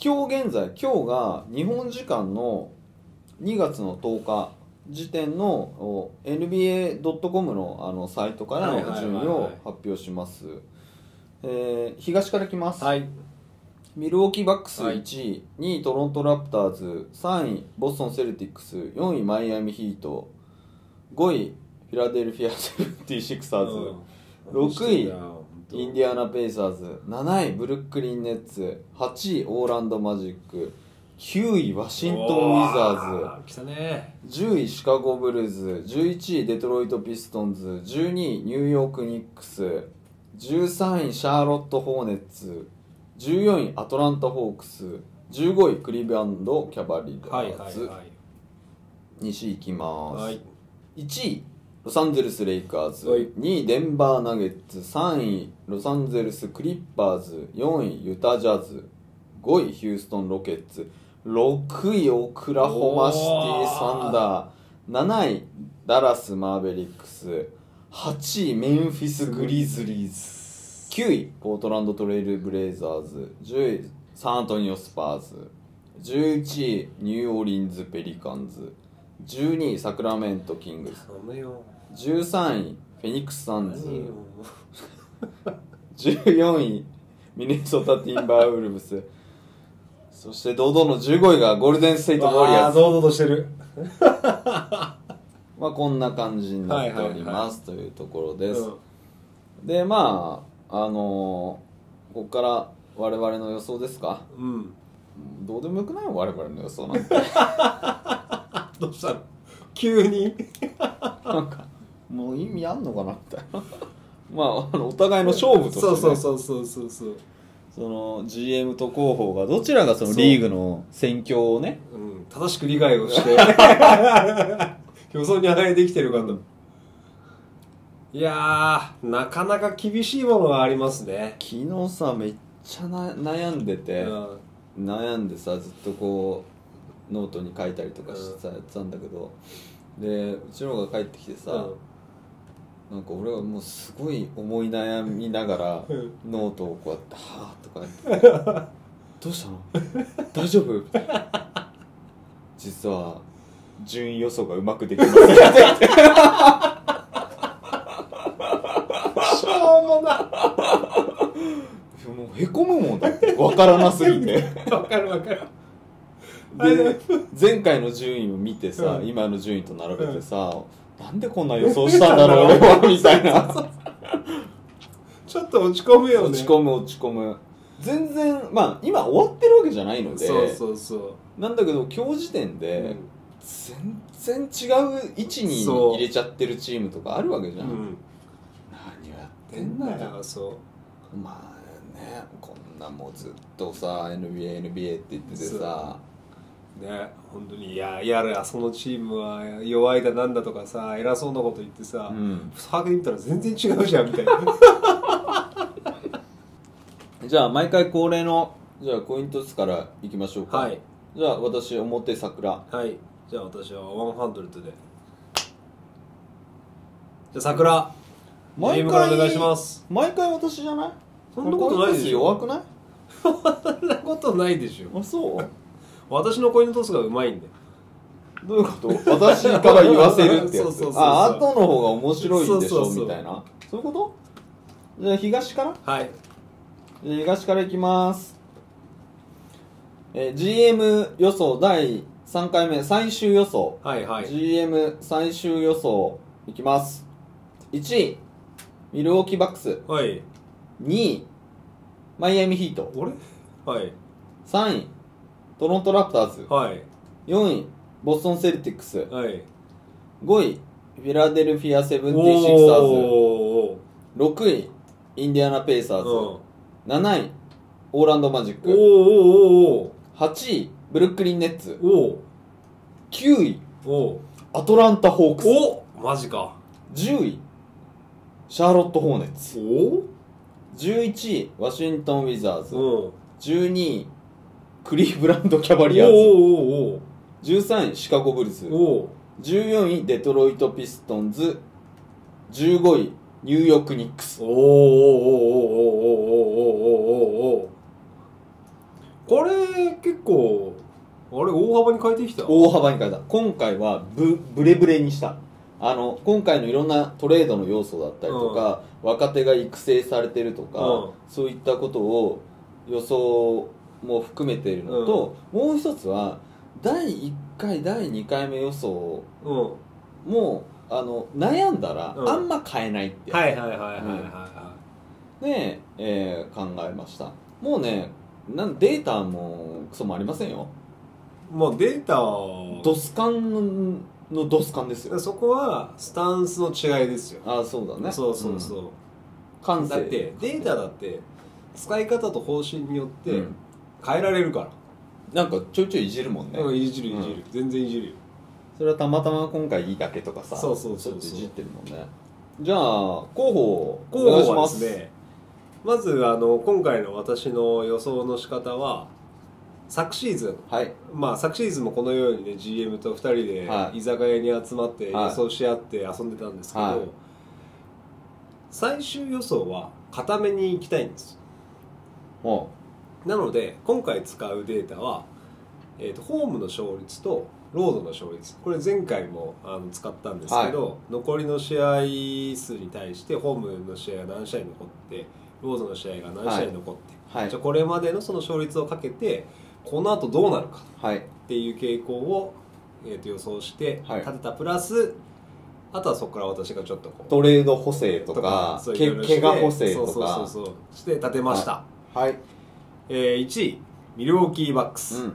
Speaker 2: 今日現在今日が日本時間の2月の10日時点のお NBA.com のあのサイトから
Speaker 1: はいはいはいはい
Speaker 2: の順位を発表しますえー東から来ます、
Speaker 1: はい
Speaker 2: ミルウォーキーバックス
Speaker 1: はい
Speaker 2: 1位、2位トロントラプターズ3位ボストンセルティックス4位マイアミヒート5位フィラデルフィア・セブンティシクサーズ、
Speaker 1: うん
Speaker 2: 六位
Speaker 1: 本当
Speaker 2: インディアナ・ペイサーズ7位ブルックリン・ネッツ8位オーランド・マジック9位ワシントン・ウィザ
Speaker 1: ーズ来たね
Speaker 2: ーズ10位シカゴ・ブルーズ11位デトロイト・ピストンズ12位ニューヨーク・ニックス13位シャーロット・ホーネッツ14位アトランタ・ホークス15位クリーブランド・キャバリー
Speaker 1: はい
Speaker 2: ダ
Speaker 1: は
Speaker 2: ー
Speaker 1: い
Speaker 2: ズ
Speaker 1: はい
Speaker 2: 西行きます、
Speaker 1: はい
Speaker 2: 1位ロサンゼルス・レイカーズ、
Speaker 1: はい
Speaker 2: 2位デンバー・ナゲッツ3位ロサンゼルス・クリッパーズ4位ユタ・ジャズ5位ヒューストン・ロケッツ6位オクラホマシティ・サンダー7位ダラス・マーベリックス8位メンフィス・グリズリーズ9位ポートランド・トレイル・ブレイザーズ10位サンアントニオ・スパーズ11位ニューオーリンズ・ペリカンズ12位サクラメント・キングス
Speaker 1: 頼むよ
Speaker 2: 13位フェニックス・サンズ
Speaker 1: 何よ
Speaker 2: 14位ミネソタ・ティンバーウルブスそして堂々の15位がゴールデン・ステイト・ウォリ
Speaker 1: あ
Speaker 2: ア
Speaker 1: あ
Speaker 2: ーズ
Speaker 1: 堂々としてる
Speaker 2: まあこんな感じになっておりますというところです、でまああのーここから我々の予想ですか
Speaker 1: うんうん
Speaker 2: どうでもよくないよ我々の予想なんて
Speaker 1: どうしたの急に
Speaker 2: なんか もう意味あんのかなみたいな まああのお互いの勝負として、ね、
Speaker 1: そうそうそうそうそうそう
Speaker 2: その GM と広報がどちらがそのリーグの戦況をね
Speaker 1: うん、正しく理解をして 予想に反映できてるかと、いやーなかなか厳しいものがありますね、
Speaker 2: 昨日さめっちゃな悩んで
Speaker 1: う
Speaker 2: て、
Speaker 1: ん、
Speaker 2: 悩んでさずっとこうノートに書いたりとかしてさやってたんだけどでうちの方が帰ってきてさ、なんか俺はもうすごい思い悩みな がら
Speaker 1: うん
Speaker 2: ノートをこうやって「はあ」とかやって「どうしたの大丈夫?」みたいな実は順位予想がうまくできません
Speaker 1: しょうもな
Speaker 2: もうへこむもんだってわからなすぎて
Speaker 1: わかるわかる
Speaker 2: で前回の順位を見てさ、
Speaker 1: うん
Speaker 2: 今の順位と並べてさ、なんでこんな予想したんだろう俺はみたいな
Speaker 1: ちょっと落ち込むよね
Speaker 2: 落ち込む落ち込む全然まあ今終わってるわけじゃないので
Speaker 1: そうそうそ
Speaker 2: なんだけど今日時点
Speaker 1: う、
Speaker 2: で、全然違う位置に
Speaker 1: そう
Speaker 2: 入れちゃってるチームとかあるわけじゃん、
Speaker 1: うん
Speaker 2: 何やってんだよ
Speaker 1: そ
Speaker 2: まあねこんなもうずっとさ NBANBA って言っててさ
Speaker 1: うね本当にいやいやらそのチームは弱いだなんだとかさ偉そうなこと言ってさ、
Speaker 2: ん
Speaker 1: サークル見たら全然違うじゃんみたいな
Speaker 2: じゃあ毎回恒例のじゃあコイントスからいきましょうか
Speaker 1: はい
Speaker 2: じゃあ私表桜
Speaker 1: はいじゃあ私はワンハンドルトでじゃあ桜
Speaker 2: 毎
Speaker 1: ゲ
Speaker 2: 回
Speaker 1: ームからお願いします
Speaker 2: 毎回私じゃない
Speaker 1: そんなことないでしょ
Speaker 2: コイントス弱くない
Speaker 1: そんなことないでしょ
Speaker 2: あそう
Speaker 1: 私のコイントスがうまいんで
Speaker 2: どういうこと私から言わせるって
Speaker 1: そ
Speaker 2: やつ
Speaker 1: うそうそうそう
Speaker 2: あ後の方が面白いんでし
Speaker 1: そう
Speaker 2: ょ
Speaker 1: そうそう
Speaker 2: みたいなそういうことじゃあ東から
Speaker 1: はい
Speaker 2: じゃあ東からいきます、えー GM 予想第3回目最終予想、
Speaker 1: はいはい
Speaker 2: GM 最終予想いきます1位ミルウォーキーバックス
Speaker 1: はい
Speaker 2: 2位マイアミヒート
Speaker 1: 俺はい
Speaker 2: 3位トロントラプターズ
Speaker 1: はい
Speaker 2: 4位ボストンセルティックス
Speaker 1: はい
Speaker 2: 5位フィラデルフィアセブンティシクサーズ
Speaker 1: おー
Speaker 2: 6位インディアナ・ペイサ
Speaker 1: おーおー
Speaker 2: ーズ、
Speaker 1: おー
Speaker 2: 7位オーランド・マジ
Speaker 1: お
Speaker 2: ッ
Speaker 1: ー
Speaker 2: ク
Speaker 1: おー
Speaker 2: 8位ブルックリン・ネッツ
Speaker 1: おーお
Speaker 2: 9位
Speaker 1: ーおー
Speaker 2: アトランタ・ホークス
Speaker 1: おマジか
Speaker 2: 10位シャーロット・ホーネッツ
Speaker 1: お
Speaker 2: 11位ワシントン・ウィザーズ
Speaker 1: おうん
Speaker 2: 12位クリーブランド・キャバリア
Speaker 1: お
Speaker 2: ー
Speaker 1: お
Speaker 2: ズ13位シカゴ・ブルズ
Speaker 1: おおお
Speaker 2: 14位デトロイト・ピストンズ15位ニューヨーク・ニックス
Speaker 1: おおおおおおおおおおおこれ結構あれ大幅に変えてきた
Speaker 2: 大幅に変えた今回はブブレブレにしたあの今回のいろんなトレードの要素だったりとか、若手が育成されてるとか、
Speaker 1: うん
Speaker 2: そういったことを予想も含めているのと、もう一つは第1回第2回目予想
Speaker 1: うんは
Speaker 2: もあの悩んだら
Speaker 1: うん
Speaker 2: あんま変えないって、
Speaker 1: いはいはいはいはいは
Speaker 2: で、えー考えましたもうねなんデータもクソもありませんよ
Speaker 1: いもうデータを
Speaker 2: ドスカンのドスカンですよ
Speaker 1: そこはスタンスの違いですよ
Speaker 2: ああそうだね
Speaker 1: そうそう
Speaker 2: うん
Speaker 1: そう、
Speaker 2: 感性
Speaker 1: だってデータだって使い方と方針によって
Speaker 2: うん
Speaker 1: 変えられるから、
Speaker 2: なんかちょいちょいいじるもんね、
Speaker 1: うんいじるいじる、全然いじるよ
Speaker 2: それはたまたま今回いいだけとかさ
Speaker 1: そうそうそうそう
Speaker 2: ちょっといじってるもんねじゃあ候補をお願
Speaker 1: 候
Speaker 2: いし
Speaker 1: 補は
Speaker 2: ま
Speaker 1: ですすねまずあの今回の私の予想の仕方は昨シーズン
Speaker 2: はい
Speaker 1: まあ昨シーズンもこのようにね GM と2人で
Speaker 2: はい
Speaker 1: 居酒屋に集まって
Speaker 2: はい
Speaker 1: 予想し合って遊んでたんですけど、
Speaker 2: はい
Speaker 1: 最終予想は固めに行きたいんです
Speaker 2: も
Speaker 1: なので今回使うデータは、えー、とホームの勝率とロードの勝率これ前回もあの使ったんですけど、残りの試合数に対してホームの試合が何試合残ってロードの試合が何試合残って、
Speaker 2: うはい
Speaker 1: じゃあこれまでのその勝率をかけてこの後どうなるか
Speaker 2: はい
Speaker 1: っていう傾向を、えー、と予想して
Speaker 2: はい
Speaker 1: 立てたプラスあとはそこから私がちょっとこう。
Speaker 2: トレード補正とか
Speaker 1: そうい
Speaker 2: け
Speaker 1: ろいろして
Speaker 2: 怪我補正と
Speaker 1: そ
Speaker 2: か
Speaker 1: うそうそうそうして立てました、
Speaker 2: はい、
Speaker 1: えー、1位ミルウォーキーバックス、
Speaker 2: うん、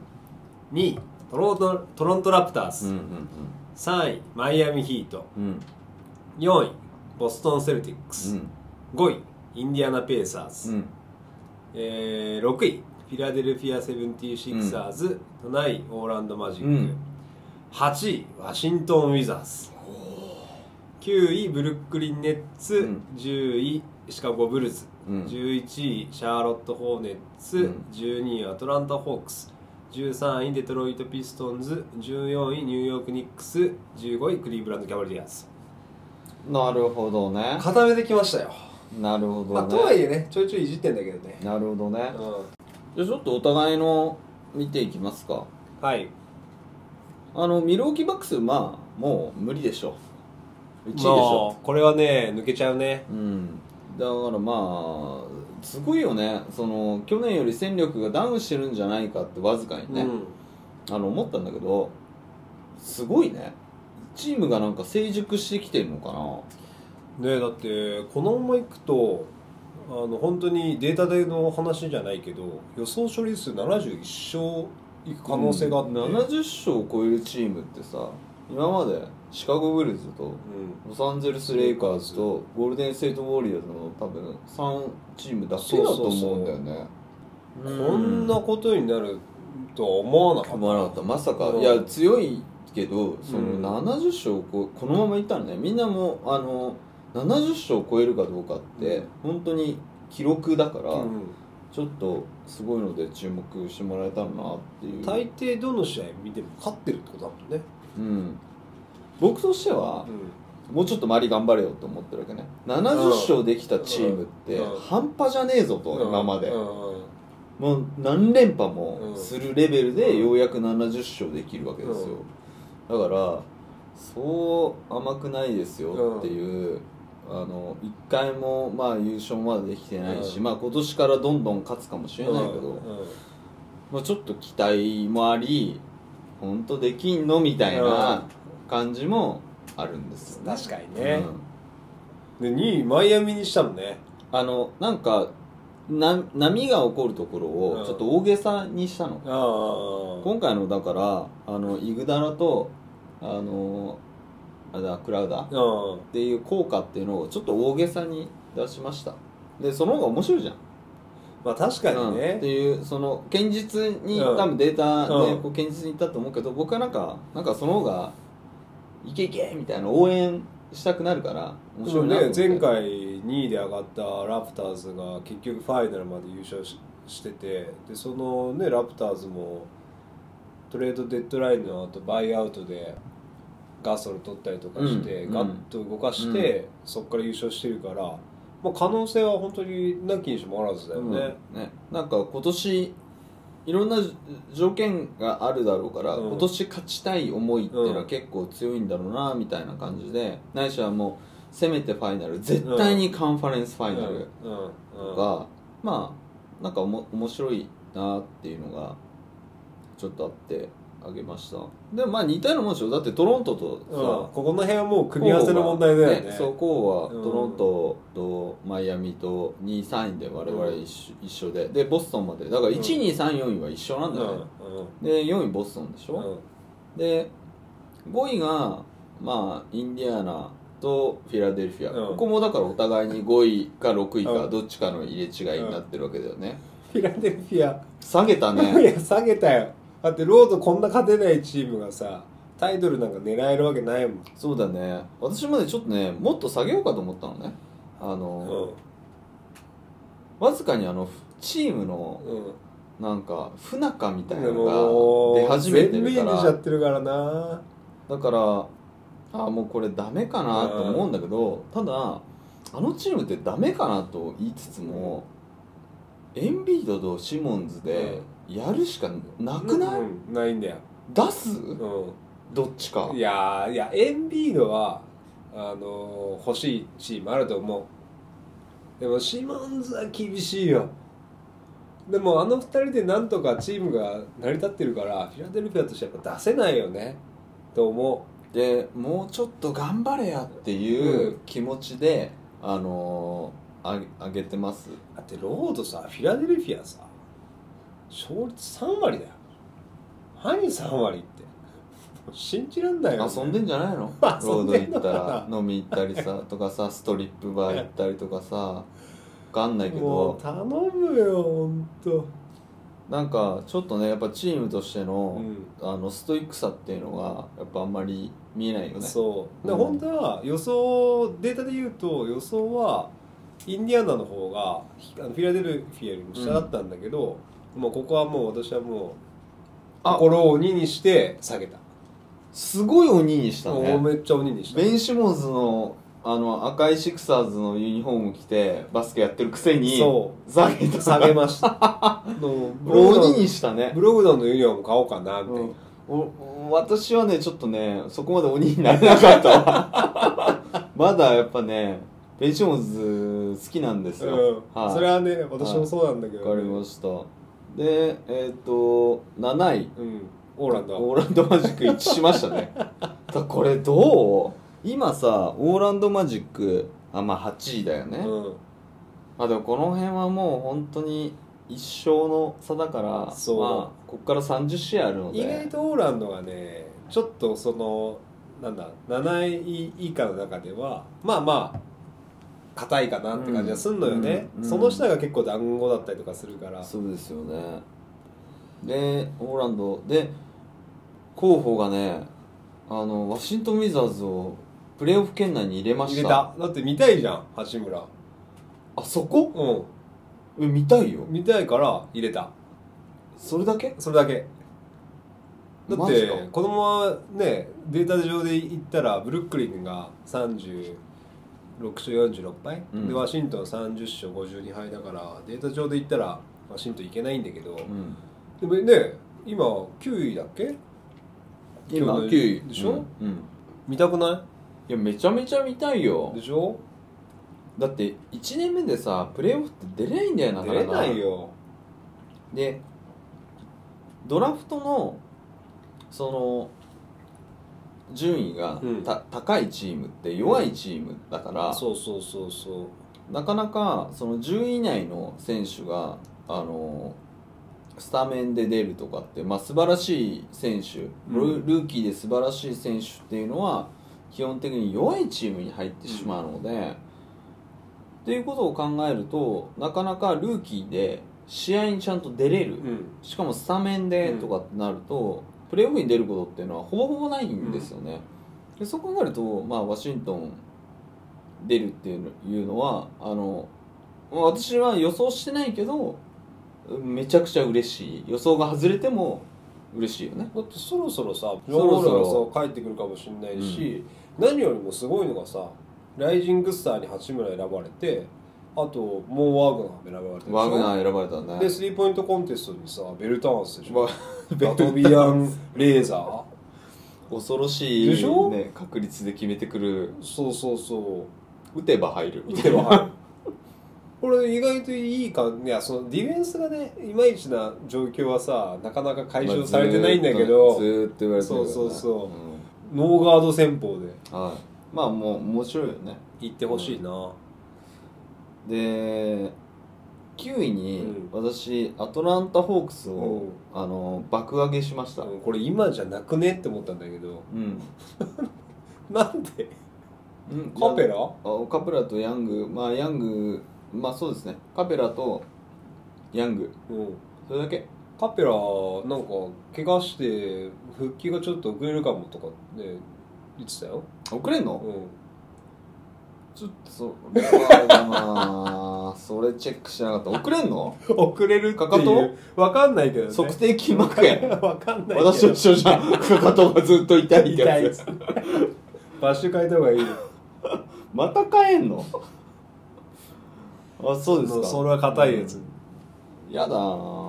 Speaker 1: 2位トロントトロントラプターズ、
Speaker 2: うん
Speaker 1: 3位マイアミヒート
Speaker 2: うんうんうん
Speaker 1: 4位ボストンセルティックス、5位インディアナ・ペーサーズ、
Speaker 2: うんうん
Speaker 1: えー6位フィラデルフィア・セブンティシクサーズ、7位オーランド・マジック、
Speaker 2: うん
Speaker 1: 8位ワシントン・ウィザーズ9位ブルックリン・ネッツ、
Speaker 2: うん
Speaker 1: 10位シカゴ・ブルズ、
Speaker 2: うん
Speaker 1: 11位シャーロット・ホーネッツ、
Speaker 2: うん
Speaker 1: 12位アトランタ・ホークス13位デトロイト・ピストンズ14位ニューヨーク・ニックス15位クリーブランド・キャバリアーズ
Speaker 2: なるほどね
Speaker 1: 固めてきましたよ、
Speaker 2: なるほどね、
Speaker 1: まあ、とはいえねちょいちょいいじってんだけどね、
Speaker 2: なるほどね
Speaker 1: う
Speaker 2: じゃあちょっとお互いの見ていきますか
Speaker 1: ん、はい
Speaker 2: あのミルウォーキーバックスまあもう無理でしょ1位でしょ
Speaker 1: もうこれはね抜けちゃうね
Speaker 2: うんだからまあすごいよねその去年より戦力がダウンしてるんじゃないかってわずかにね、
Speaker 1: うん
Speaker 2: あの思ったんだけどすごいねチームがなんか成熟してきてるのかな
Speaker 1: ねだってこのままいくとあの本当にデータでの話じゃないけど予想処理数71勝行く可能性があって、
Speaker 2: 70勝を超えるチームってさ今までシカゴ・ブルズとロサンゼルス・レイカーズとゴールデン・ステート・ウォリアーズの多分3チームだけだと思うんだよね
Speaker 1: うんこんな
Speaker 2: こ
Speaker 1: ことになるとは思わなか
Speaker 2: と
Speaker 1: っ
Speaker 2: 思わなかったまさか
Speaker 1: うん
Speaker 2: いや強いけどそ
Speaker 1: うん
Speaker 2: の70勝をここのままいったらねみんなもうあの70勝を超えるかどうかって本当に記録だか
Speaker 1: た、
Speaker 2: ら、
Speaker 1: うん
Speaker 2: ちょっとすごいので注目してもらえたらなっていう
Speaker 1: 大抵どの試合見ても勝ってるってことだもんね、
Speaker 2: うん、僕としては
Speaker 1: う
Speaker 2: もうちょっと周り頑張れよと思ってるわけね70勝できたチームって
Speaker 1: うん
Speaker 2: 半端じゃねえぞと
Speaker 1: ん、
Speaker 2: 今まで
Speaker 1: うんうん
Speaker 2: もう何連覇もするレベル
Speaker 1: う
Speaker 2: で
Speaker 1: ん
Speaker 2: ようやく70勝できるわけですよだからそう甘くないですよっていうあの1回もまあ優勝までできてないし
Speaker 1: うん
Speaker 2: まあ今年からどんどん勝つかもしれないけどまあ、ちょっと期待もあり本当できんのみたいな感じもあるんですよね
Speaker 1: 確かにね
Speaker 2: うん
Speaker 1: うん、で2位マイアミにしたのね
Speaker 2: あのなんかな波が起こるところ
Speaker 1: う
Speaker 2: を
Speaker 1: ん
Speaker 2: ちょっと大げさにしたの、
Speaker 1: ああ
Speaker 2: 今回のだからあのイグダラとあのあれだクラウダっ
Speaker 1: うん
Speaker 2: ていう効果っていうのをちょっと大げさに出しましたでその方が面白いじゃん
Speaker 1: まあ確かに
Speaker 2: うん
Speaker 1: ね
Speaker 2: って、いうその堅実に、
Speaker 1: うん
Speaker 2: 多分データで、
Speaker 1: うん
Speaker 2: こう堅実にいったと思うけど僕はなんかなんかその方がいけいけみたいな応援したくなるから面
Speaker 1: そ
Speaker 2: 白
Speaker 1: う
Speaker 2: いな
Speaker 1: ね
Speaker 2: と思
Speaker 1: 前
Speaker 2: って
Speaker 1: 回2位で上がったラプターズが結局ファイナルまで優勝ししててでそのねラプターズもトレードデッドラインの後バイアウトでガソル取ったりとかして、
Speaker 2: うん
Speaker 1: ガッと動かして、そこから優勝してるから、まあ、可能性は本当になきにしもあらずだよね。
Speaker 2: うんねなんか今年いろんな条件があるだろうから、
Speaker 1: うん
Speaker 2: 今年勝ちたい思いっていうの
Speaker 1: う
Speaker 2: は
Speaker 1: ん
Speaker 2: 結構強いんだろうなみたいな感じで、ないしはもうせめてファイナル絶対にカンファレンスファイナル、
Speaker 1: うんうんうん
Speaker 2: が、まあなんかおも面白いなっていうのがちょっとあってあげましたでもまあ似たようなもんでしょだってトロント
Speaker 1: う
Speaker 2: と
Speaker 1: んこ
Speaker 2: さ、
Speaker 1: この辺はもう組み合わせの問題だよね。
Speaker 2: そうこう
Speaker 1: うん
Speaker 2: はトロントとマイアミと2位3位で我々一緒,、一緒ででボストンまでだから1
Speaker 1: うん
Speaker 2: 位2位3位4位は一緒なんだよね、で4位ボストンでし
Speaker 1: うんう
Speaker 2: ょ、
Speaker 1: ん
Speaker 2: で5位がまあインディアナとフィラデルフィア、
Speaker 1: うん
Speaker 2: ここもだからお互いに5位か6位か
Speaker 1: うん
Speaker 2: どっちかの入れ違いになってるわけだよね、
Speaker 1: フィラデルフィア
Speaker 2: 下げ た
Speaker 1: い
Speaker 2: ね
Speaker 1: や下げたよだってロードこんな勝てないチームがさタイトルなんか狙えるわけないもん、
Speaker 2: そうだね私もねちょっとねもっと下げようかと思ったのねあの、わずかにあのチームの
Speaker 1: う
Speaker 2: なんか不仲みたい
Speaker 1: ん、
Speaker 2: な
Speaker 1: で
Speaker 2: の
Speaker 1: も
Speaker 2: が出始めて
Speaker 1: 全面
Speaker 2: る
Speaker 1: に
Speaker 2: か
Speaker 1: 出ちゃ
Speaker 2: ら
Speaker 1: ってるからな
Speaker 2: だからあもうこれダメかなと思うんだけどただあのチームってダメかなと言いつつもエンビードとシモンズでやるしかなくない、
Speaker 1: うんないんだよ、
Speaker 2: 出す
Speaker 1: う
Speaker 2: どっちか
Speaker 1: ん、いやーいやエンビードはあのー欲しいチームあると思うでもシモンズは厳しいよでもあの二人でなんとかチームが成り立ってるからフィラデルフィアとしてはやっぱ出せないよねと思
Speaker 2: でもうちょっと頑張れやっていう気持ちで、あのーあげあげてます
Speaker 1: うだってロードさフィラデルフィアさ勝率3割だよ何3割ってもう信じらんないよ、ね、
Speaker 2: 遊んでんじゃない のロ
Speaker 1: 遊
Speaker 2: ー
Speaker 1: ん
Speaker 2: ド
Speaker 1: でん
Speaker 2: 行
Speaker 1: の
Speaker 2: っ
Speaker 1: かな
Speaker 2: たら飲み行ったり さとかさストリップバー行ったりとかさわかんないけ
Speaker 1: も
Speaker 2: ど
Speaker 1: う頼むよほんと
Speaker 2: なんかちょっとねやっぱチームとして
Speaker 1: う
Speaker 2: の,、
Speaker 1: ん
Speaker 2: あのストイックさっていうのがやっぱあんまり見えないよね
Speaker 1: そうで、
Speaker 2: うん
Speaker 1: 本当は予想データで言うと予想はインディアナの方がひあのフィラデルフィアよりも下だったんだけど、もうここはもう私はもう
Speaker 2: あ
Speaker 1: 心を鬼にして下げた、
Speaker 2: すごい鬼にした
Speaker 1: もう
Speaker 2: ね
Speaker 1: めっちゃ鬼にした
Speaker 2: ベン・シモンズのあの赤いシクサーズのユニフォーム着てバスケやってるくせに
Speaker 1: そ
Speaker 2: 下げた
Speaker 1: 下げましたあのブログダン
Speaker 2: 鬼にしたね
Speaker 1: ブログダンのユニフォーム買おうかなみたいな、
Speaker 2: お私はねちょっとねそこまで鬼になれなかったわ まだやっぱねベンチモンズ好きなんですよ、
Speaker 1: うん
Speaker 2: はい
Speaker 1: それはね私もそうなんだけど、ね
Speaker 2: わかりましたでえっ、と7位
Speaker 1: うんオーランド
Speaker 2: オ
Speaker 1: は
Speaker 2: ーランドマジック一致しました ねだこれどう今さオーランドマジックあまあ8位だよね、
Speaker 1: うん
Speaker 2: まあでもこの辺はもう本当に一生の差だから
Speaker 1: そう
Speaker 2: まあ、ここから30試合あるので
Speaker 1: 意外とオーランドがねちょっとそのなんだ7位以下の中ではまあまあ硬いかなって感じがすんのよね、
Speaker 2: うんうん
Speaker 1: その下が結構団子だったりとかするから
Speaker 2: そうですよねでオーランドで候補がねあのワシントン・ウィザーズをプレーオフ圏内に入れま
Speaker 1: 入れ
Speaker 2: した
Speaker 1: ただって見たいじゃん八村
Speaker 2: あそこ
Speaker 1: う
Speaker 2: え見たいよ
Speaker 1: ん見たいから入れた
Speaker 2: それだけ
Speaker 1: それだけだっ
Speaker 2: マジか
Speaker 1: てこのままねデータ上で言ったらブルックリンが36勝46敗、
Speaker 2: うん
Speaker 1: でワシントン30勝52敗だからデータ上で言ったらワシントンいけないんだけど、
Speaker 2: うん
Speaker 1: でもね今9位だっけ
Speaker 2: 今
Speaker 1: 今日の
Speaker 2: 9位
Speaker 1: でしょ
Speaker 2: うん、うん
Speaker 1: 見たくない
Speaker 2: やめちゃめちゃ見たいよ
Speaker 1: いでしょ
Speaker 2: だって1年目でさプレーオフって出れないんだよな
Speaker 1: 出れ
Speaker 2: かか
Speaker 1: ないよ
Speaker 2: でドラフトのその順位が
Speaker 1: うん
Speaker 2: た、高いチームって弱いチームだから、
Speaker 1: そうそうそうそ
Speaker 2: なかなかその10位以内の選手があのスタメンで出るとかって、まあ、素晴らしい選手、
Speaker 1: うん
Speaker 2: ルルーキーで素晴らしい選手っていうのは基本的に弱いチームに入ってしまうので、っていうことを考えるとなかなかルーキーで試合にちゃんと出れる、
Speaker 1: ううん
Speaker 2: しかもスタメンでとかってなると、プレーオフに出ることっていうのはほぼほぼないんですよね、でそう考えると、まあ、ワシントン出るっていうのはあの私は予想してないけどめちゃくちゃ嬉しい予想が外れても嬉しいよね
Speaker 1: だってそろそろさ
Speaker 2: そ
Speaker 1: ジョ
Speaker 2: ろそ
Speaker 1: ン・
Speaker 2: ろ
Speaker 1: ウォールがさ帰ってくるかもしれないし、何よりもすごいのがさライジングスターに八村選ばれてあともうワーグナーも選ばれてるでしょ
Speaker 2: ワグナー選ばれたね
Speaker 1: でスリーポイントコンテストにさベルターンスでし ょ
Speaker 2: わ
Speaker 1: ラトビアンレーザー
Speaker 2: 恐ろしい、
Speaker 1: でしょ
Speaker 2: ね、確率で決めてくる
Speaker 1: そうそうそう
Speaker 2: 打てば入るみ
Speaker 1: 見
Speaker 2: た
Speaker 1: て
Speaker 2: い
Speaker 1: も
Speaker 2: な
Speaker 1: はい これ意外といいかいやそのディフェンスがねいまいちな状況はさなかなか解消されてないんだけ
Speaker 2: まあ
Speaker 1: ど、
Speaker 2: ずーっとずーっと言われてるよね
Speaker 1: そうそうそうんノーガード戦法で
Speaker 2: はい、まあもう面白いよね
Speaker 1: 行ってほしいな、
Speaker 2: で9位に
Speaker 1: う
Speaker 2: 私アトランタ・ホークス
Speaker 1: う
Speaker 2: を
Speaker 1: ん、
Speaker 2: あの爆上げしました、
Speaker 1: うんこれ今じゃなくねって思ったんだけど
Speaker 2: うん
Speaker 1: なんで
Speaker 2: うん
Speaker 1: カペラ
Speaker 2: あカペラとヤングまあヤングまあそうですねカペラとヤング
Speaker 1: うん
Speaker 2: それだけ
Speaker 1: カペラなんか怪我して復帰がちょっと遅れるかもとかね言ってたよ、
Speaker 2: 遅れん
Speaker 1: う
Speaker 2: の
Speaker 1: ん、
Speaker 2: ちょっとそれはあれだな それチェックしなかった遅れんの
Speaker 1: 遅れるって
Speaker 2: かか
Speaker 1: い
Speaker 2: と
Speaker 1: うわかんないけどね
Speaker 2: 測定筋膜炎
Speaker 1: わかんないけど
Speaker 2: 私と一緒じゃんかかとがずっと痛いって
Speaker 1: 痛い
Speaker 2: や
Speaker 1: っ
Speaker 2: つ
Speaker 1: すバッシュ変えた方がいいよ
Speaker 2: また買えんのあそうですか
Speaker 1: それは硬いやつ、
Speaker 2: やだー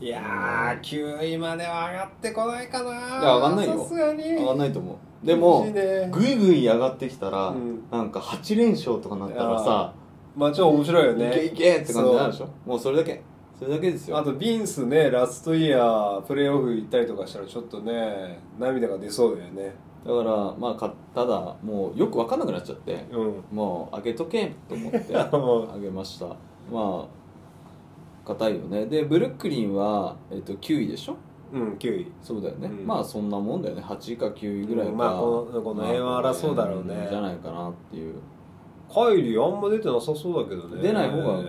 Speaker 1: いやー9位までは上がってこないかない
Speaker 2: や上がんないよ
Speaker 1: さすがに
Speaker 2: 上がんないと思うで
Speaker 1: 厳しい
Speaker 2: も
Speaker 1: ね
Speaker 2: ぐいぐい上がってきたら、
Speaker 1: うん
Speaker 2: なんか8連勝とかなったらさ
Speaker 1: まあちょっと面白いよ
Speaker 2: いけい
Speaker 1: ね
Speaker 2: けって感じになるでしょもうそれだけそれだけですよ
Speaker 1: あとビンスねラストイヤープレーオフ行ったりとかしたらちょっとね涙が出そうだよね
Speaker 2: だからまあかただもうよく分かんなくなっちゃって
Speaker 1: うん
Speaker 2: もう上げとけと思って
Speaker 1: も
Speaker 2: 上げましたまあ硬いよねでブルックリンは、えっと、9位でしょ
Speaker 1: うん9位
Speaker 2: そうだよね、
Speaker 1: うん
Speaker 2: まあそんなもんだよね8位か9位ぐらいか、
Speaker 1: うんまあこのこの辺は争うだろうね
Speaker 2: まあじゃないかなっていう、
Speaker 1: カイリーあんま出てなさそうだけどね
Speaker 2: 出ない方が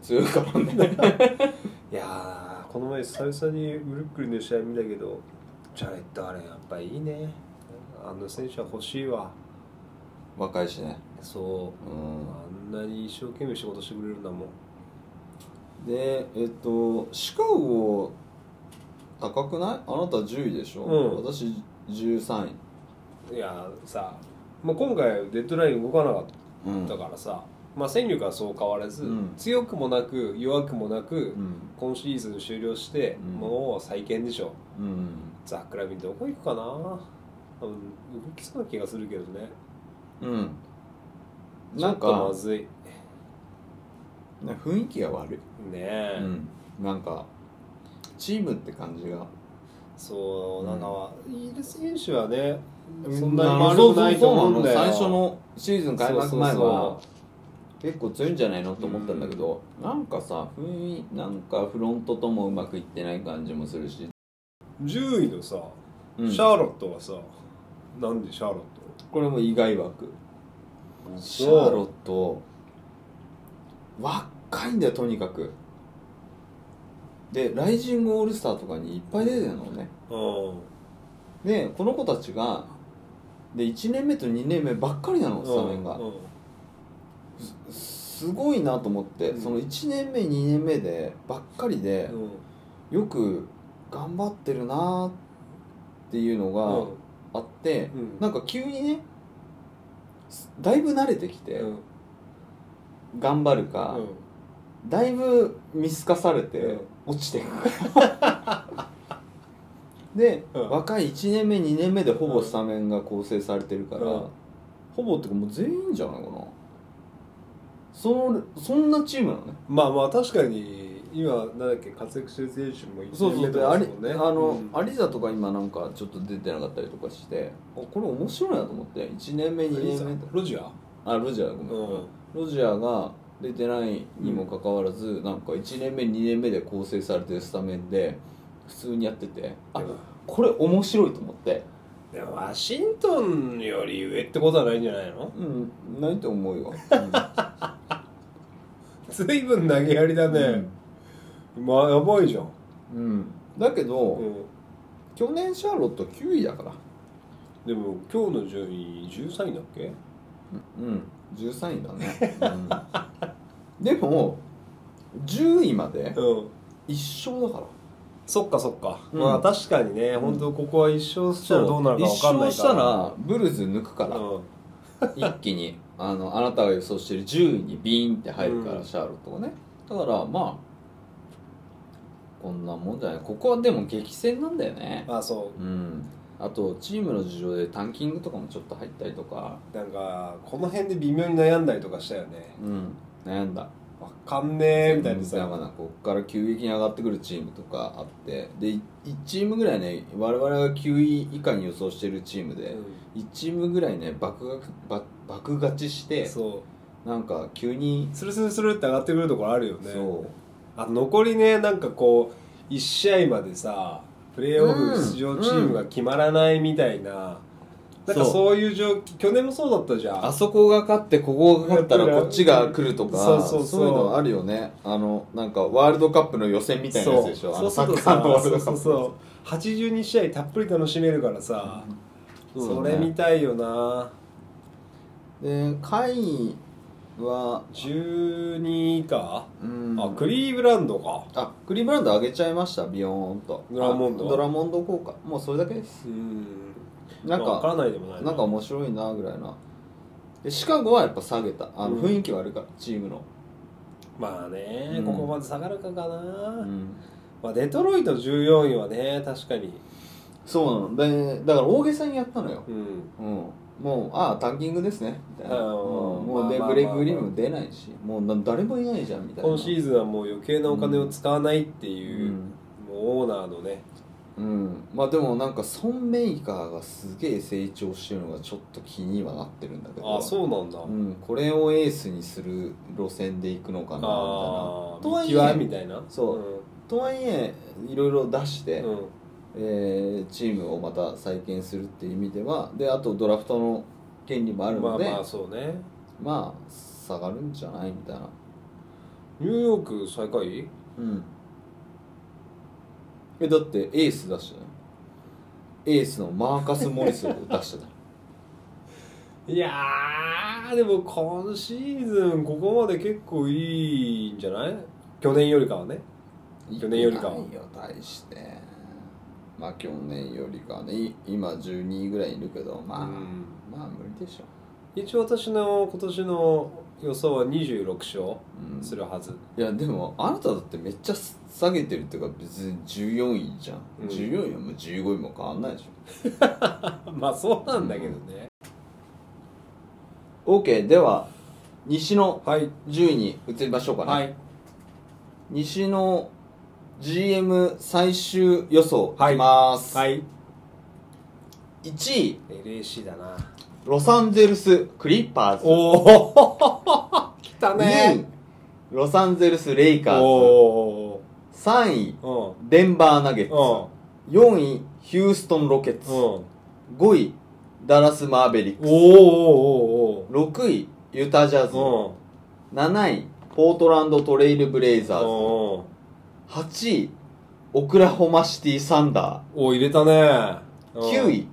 Speaker 2: 強いからね
Speaker 1: いやーこの前久々にブルックリンの試合見たけどジャレット・アレンやっぱいいねあの選手は欲しいわ
Speaker 2: 若いしね
Speaker 1: そうあんなに一生懸命仕事してくれるんだもん
Speaker 2: んでえっとシカゴ高くないあなた10位でしょ、
Speaker 1: うん
Speaker 2: 私13位
Speaker 1: いやさ、まあ、今回デッドライン動かなかっ
Speaker 2: うん
Speaker 1: たからさ、まあ、戦力はそう変わらず、
Speaker 2: うん
Speaker 1: 強くもなく弱くもなく、
Speaker 2: うん
Speaker 1: 今シーズン終了して、
Speaker 2: うん
Speaker 1: もう再建でしょ
Speaker 2: うん
Speaker 1: ザック・ラビンどこ行くかな多分動きそうな気がするけどね
Speaker 2: うんなん
Speaker 1: ちょっと
Speaker 2: か
Speaker 1: まずいね
Speaker 2: ね雰囲気が悪い、
Speaker 1: え、
Speaker 2: うん、なんかチームって感じが
Speaker 1: そううんなんかいる選手はねそ
Speaker 2: そ
Speaker 1: ん
Speaker 2: ん
Speaker 1: な
Speaker 2: な
Speaker 1: に
Speaker 2: に
Speaker 1: 悪くないと思うんだよ
Speaker 2: 最初のシーズン開幕前は
Speaker 1: そう
Speaker 2: 結構強いんじゃないのと思ったんだけど、なんかさ雰囲なんかフロントともうまくいってない感じもするし、
Speaker 1: 10位のさ、
Speaker 2: うん
Speaker 1: シャーロットはさなんでシャーロッ
Speaker 2: これも意外枠
Speaker 1: ト
Speaker 2: シャーロット若いんだよとにかくでライジングオールスターとかにいっぱい出てるのね
Speaker 1: ト
Speaker 2: でこの子たちがで1年目と2年目ばっかりなのスタメンがすごいなと思って、
Speaker 1: うん
Speaker 2: その1年目2年目でばっかりで、よく頑張ってるなーっていうのがあって、
Speaker 1: うん
Speaker 2: なんか急にねすだいぶ慣れてきて、頑張るか、だいぶ見透かされて、
Speaker 1: うん
Speaker 2: 落ちて いくで、
Speaker 1: うん
Speaker 2: 若い1年目2年目でほぼスタメンが構成されてるから、
Speaker 1: うん
Speaker 2: ほぼってかもう全員じゃないかなそのそんなチームなのね
Speaker 1: まあまあ確かに今なんだっけ活躍してる選手もい
Speaker 2: そうそうで
Speaker 1: と
Speaker 2: あ
Speaker 1: か
Speaker 2: り
Speaker 1: ですもんね
Speaker 2: あの
Speaker 1: うん
Speaker 2: アリザとか今なんかちょっと出てなかったりとかしてあこれ面白いなと思って1年目2年目と
Speaker 1: ロジア
Speaker 2: あロジャーごめん、
Speaker 1: うん
Speaker 2: ロジャーが出てないにもかかわらず、なんか1年目2年目で構成されてるスタメンで普通にやっててあこれ面白いと思って
Speaker 1: でもワシントンより上ってことはないんじゃないの
Speaker 2: うんないと思うよ、
Speaker 1: 随分投げやりだね、まあやばいじゃん、
Speaker 2: うん、うんだけど、
Speaker 1: うん
Speaker 2: 去年シャーロット9位だから
Speaker 1: でも今日の順位13位だっけ
Speaker 2: うん13位だね、 うん、でも10位まで
Speaker 1: うん
Speaker 2: 一勝だから
Speaker 1: そっかそっか、
Speaker 2: うん
Speaker 1: まあ確かにね、
Speaker 2: ん
Speaker 1: 本当ここは一勝したらどうなるか分かんないから
Speaker 2: 一勝したらブルーズ抜くから、
Speaker 1: うん
Speaker 2: 一気にあのあなたが予想してる10位にビーンって入るから、
Speaker 1: うん
Speaker 2: シャーロットがねだからまあこんなもんじゃないここはでも激戦なんだよね
Speaker 1: あそ
Speaker 2: うんあとチームの事情でタンキングとかもちょっと入ったりとか
Speaker 1: うなんかこの辺で微妙に悩んだりとかしたよね
Speaker 2: うん悩んだ
Speaker 1: わかんねえみたいな
Speaker 2: だか
Speaker 1: さ
Speaker 2: らこっから急激に上がってくるチームとかあってで1チームぐらいね我々が9位以下に予想してるチームで、1チームぐらいね爆が爆爆勝ちし
Speaker 1: うん
Speaker 2: て
Speaker 1: そ
Speaker 2: なんか急に、
Speaker 1: うスルスルスルって上がってくるところあるよね
Speaker 2: そう
Speaker 1: あと残りねなんかこう1試合までさプレーオフ出場チームが決まらないみたいな、なんか
Speaker 2: そう
Speaker 1: そういう状況去年もそうだったじゃん
Speaker 2: あそこが勝ってここが勝ったらこっちが来るとか
Speaker 1: そ
Speaker 2: そうう
Speaker 1: そうそう
Speaker 2: いうのあるよねあのなんかワールドカップの予選みたいなやつでしょあ
Speaker 1: そうそ
Speaker 2: のサ
Speaker 1: うそう
Speaker 2: ッカーのワー
Speaker 1: そ
Speaker 2: ル
Speaker 1: う
Speaker 2: ドカ
Speaker 1: そう
Speaker 2: ップ
Speaker 1: そう82試合たっぷり楽しめるからさ、
Speaker 2: うん
Speaker 1: そ
Speaker 2: そうだ
Speaker 1: れ
Speaker 2: ね
Speaker 1: 見たいよな
Speaker 2: で下位は、
Speaker 1: 12以下、
Speaker 2: うん、
Speaker 1: あクリーブランドか
Speaker 2: あクリーブランド上げちゃいましたビヨーンと
Speaker 1: ドラモンド
Speaker 2: あドラモンド効果もうそれだけです
Speaker 1: うん
Speaker 2: なんか
Speaker 1: まあ分からないでもない
Speaker 2: なんか面白いなぐらいなでシカゴはやっぱ下げたあの雰囲気悪いから、チームの、
Speaker 1: まあね、
Speaker 2: うん
Speaker 1: ここまで下がるかかな、
Speaker 2: うん
Speaker 1: まあ、デトロイト14位はね確かに
Speaker 2: そうなのでだから大げさにやったのよ、
Speaker 1: うん
Speaker 2: うんもうああタンキングですねみたいな、
Speaker 1: うん
Speaker 2: うんもうで、
Speaker 1: まあまあまあ
Speaker 2: ブレイクグリーンも出ないしもうな誰もいないじゃんみたいな
Speaker 1: 今シーズンはもう余計なお金を使わないっていう,、
Speaker 2: うん
Speaker 1: もうオーナーのね
Speaker 2: うんまあでもなんかソン・メイカーがすげえ成長してるのがちょっと気にはなってるんだけど
Speaker 1: あそうなんだ、
Speaker 2: うん、これをエースにする路線で行くのかなみたいな
Speaker 1: ああ
Speaker 2: とはい
Speaker 1: 見極め
Speaker 2: え
Speaker 1: みたいな
Speaker 2: そうとはいえいろいろ出して、
Speaker 1: うん、うん
Speaker 2: えーチームをまた再建するっていう意味ではであとドラフトの権利もある
Speaker 1: ま
Speaker 2: の
Speaker 1: あ
Speaker 2: で、
Speaker 1: まあそうね
Speaker 2: まあ下がるんじゃないみたいな
Speaker 1: ニューヨーク最下位
Speaker 2: うんえだってエース出してないエースのマーカス・モリスを出してた
Speaker 1: いやーでも今シーズンここまで結構いいんじゃない去年よりかはね 去年よりかは
Speaker 2: 行ってないよ大してまあ去年よりかはねい今12位ぐらいいるけどまあ、
Speaker 1: うん
Speaker 2: まあ無理でしょ
Speaker 1: 一応私の今年の予想は26勝するはず、
Speaker 2: いやでもあなただってめっちゃ下げてるっていうか別に14位じゃん、
Speaker 1: うん
Speaker 2: 14位はもう15位も変わんないでしょ
Speaker 1: まあそうなんだけどね、
Speaker 2: OK では西の
Speaker 1: はい
Speaker 2: 10位に移りましょうかね、
Speaker 1: はい
Speaker 2: 西の GM 最終予想
Speaker 1: はい
Speaker 2: いきます、
Speaker 1: はい
Speaker 2: 1位
Speaker 1: LAC だな
Speaker 2: ロサンゼルス・クリッパーズ
Speaker 1: おおた
Speaker 2: 2
Speaker 1: ね
Speaker 2: 位、ロサンゼルス・レイカー
Speaker 1: お
Speaker 2: ズ。3位、
Speaker 1: ーおー
Speaker 2: デンバー・ナゲッツ。
Speaker 1: お
Speaker 2: 4位、ヒューストン・ロケッ
Speaker 1: ー
Speaker 2: ツ。
Speaker 1: うんうん
Speaker 2: 5位、ダラス・マーベリック
Speaker 1: おーおーおーお
Speaker 2: ス。6位、ユタ・ジャズ。
Speaker 1: ーうん
Speaker 2: 7位、ポートランド・トレイル・ブレイザーズ。
Speaker 1: おー
Speaker 2: 8位、オクラホマシティ・サンダ
Speaker 1: おー入れたね
Speaker 2: ー。9位、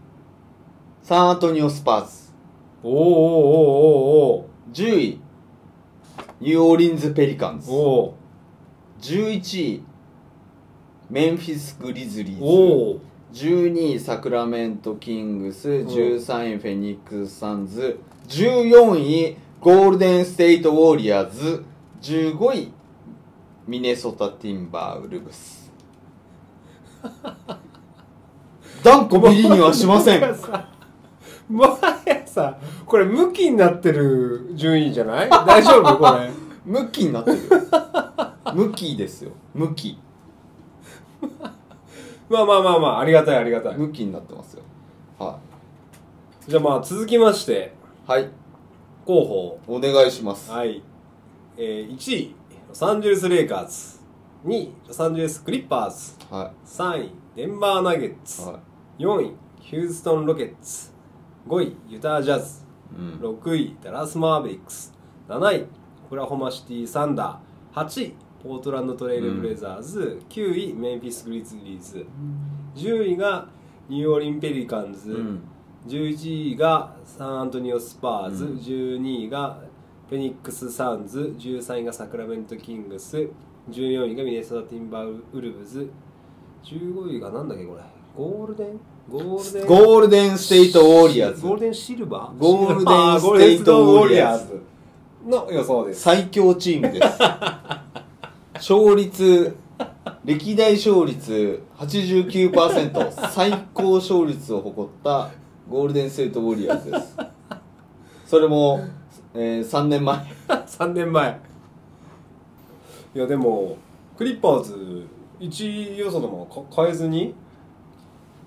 Speaker 2: サンアトニオ・スパーズ。
Speaker 1: おーおーおーおー
Speaker 2: 10位、ニューオーリンズ・ペリカンズ。
Speaker 1: お
Speaker 2: 11位メンフィス・グリズリ
Speaker 1: ー
Speaker 2: ーズ
Speaker 1: おー
Speaker 2: 12位サクラメント・キングス
Speaker 1: ん
Speaker 2: 13位フェニックス・サンズ14位ゴールデン・ステイト・ウォリアーズ15位ミネソタ・ティンバー・ウルブ ス断固ビリにはしません
Speaker 1: もはやさもはやさこれ向きになってる順位じゃない 大丈夫これ
Speaker 2: ムキになってるムキですよムキ
Speaker 1: まあまあまあまあありがたいありがたい
Speaker 2: ムキになってますよは
Speaker 1: じゃあまあ続きまして
Speaker 2: い、はい、
Speaker 1: 候補
Speaker 2: お願いします
Speaker 1: はい、えー、1位ロサンゼルス・レイカーズ2位ロサンゼルス・クリッパーズ
Speaker 2: は
Speaker 1: 3位デンバー・ナゲッツ、
Speaker 2: いはい
Speaker 1: 4位ヒューストン・ロケッツ5位ユタ・ジャズ
Speaker 2: うん
Speaker 1: 6位ダラス・マーベリックス7位オクラホマシティ・サンダー8位ポートランド・トレイル・ブレザーズ、9位メンフィス・グリズリーズ10位がニューオーリン・ペリカンズ、
Speaker 2: うん
Speaker 1: 11位がサンアントニオ・スパーズ、
Speaker 2: うん
Speaker 1: 12位がフェニックス・サンズ13位がサクラメント・キングス14位がミネソタ・ティンバーウルブズ15位がなんだっけこれゴールデンゴールデン
Speaker 2: ゴールデンステイトウォリアーズ
Speaker 1: ゴールデンシルバー
Speaker 2: ゴ ールデン
Speaker 1: あ
Speaker 2: ステイトウォリアーズ
Speaker 1: ゴールデンステイトウォリアーズの予想 です
Speaker 2: 最強チームです 勝率歴代勝率89%最高勝率を誇ったゴールデンステイトウォリアーズですそれも、え3年前
Speaker 1: 3年前いやでもクリッパーズ1位予想でもか変えずに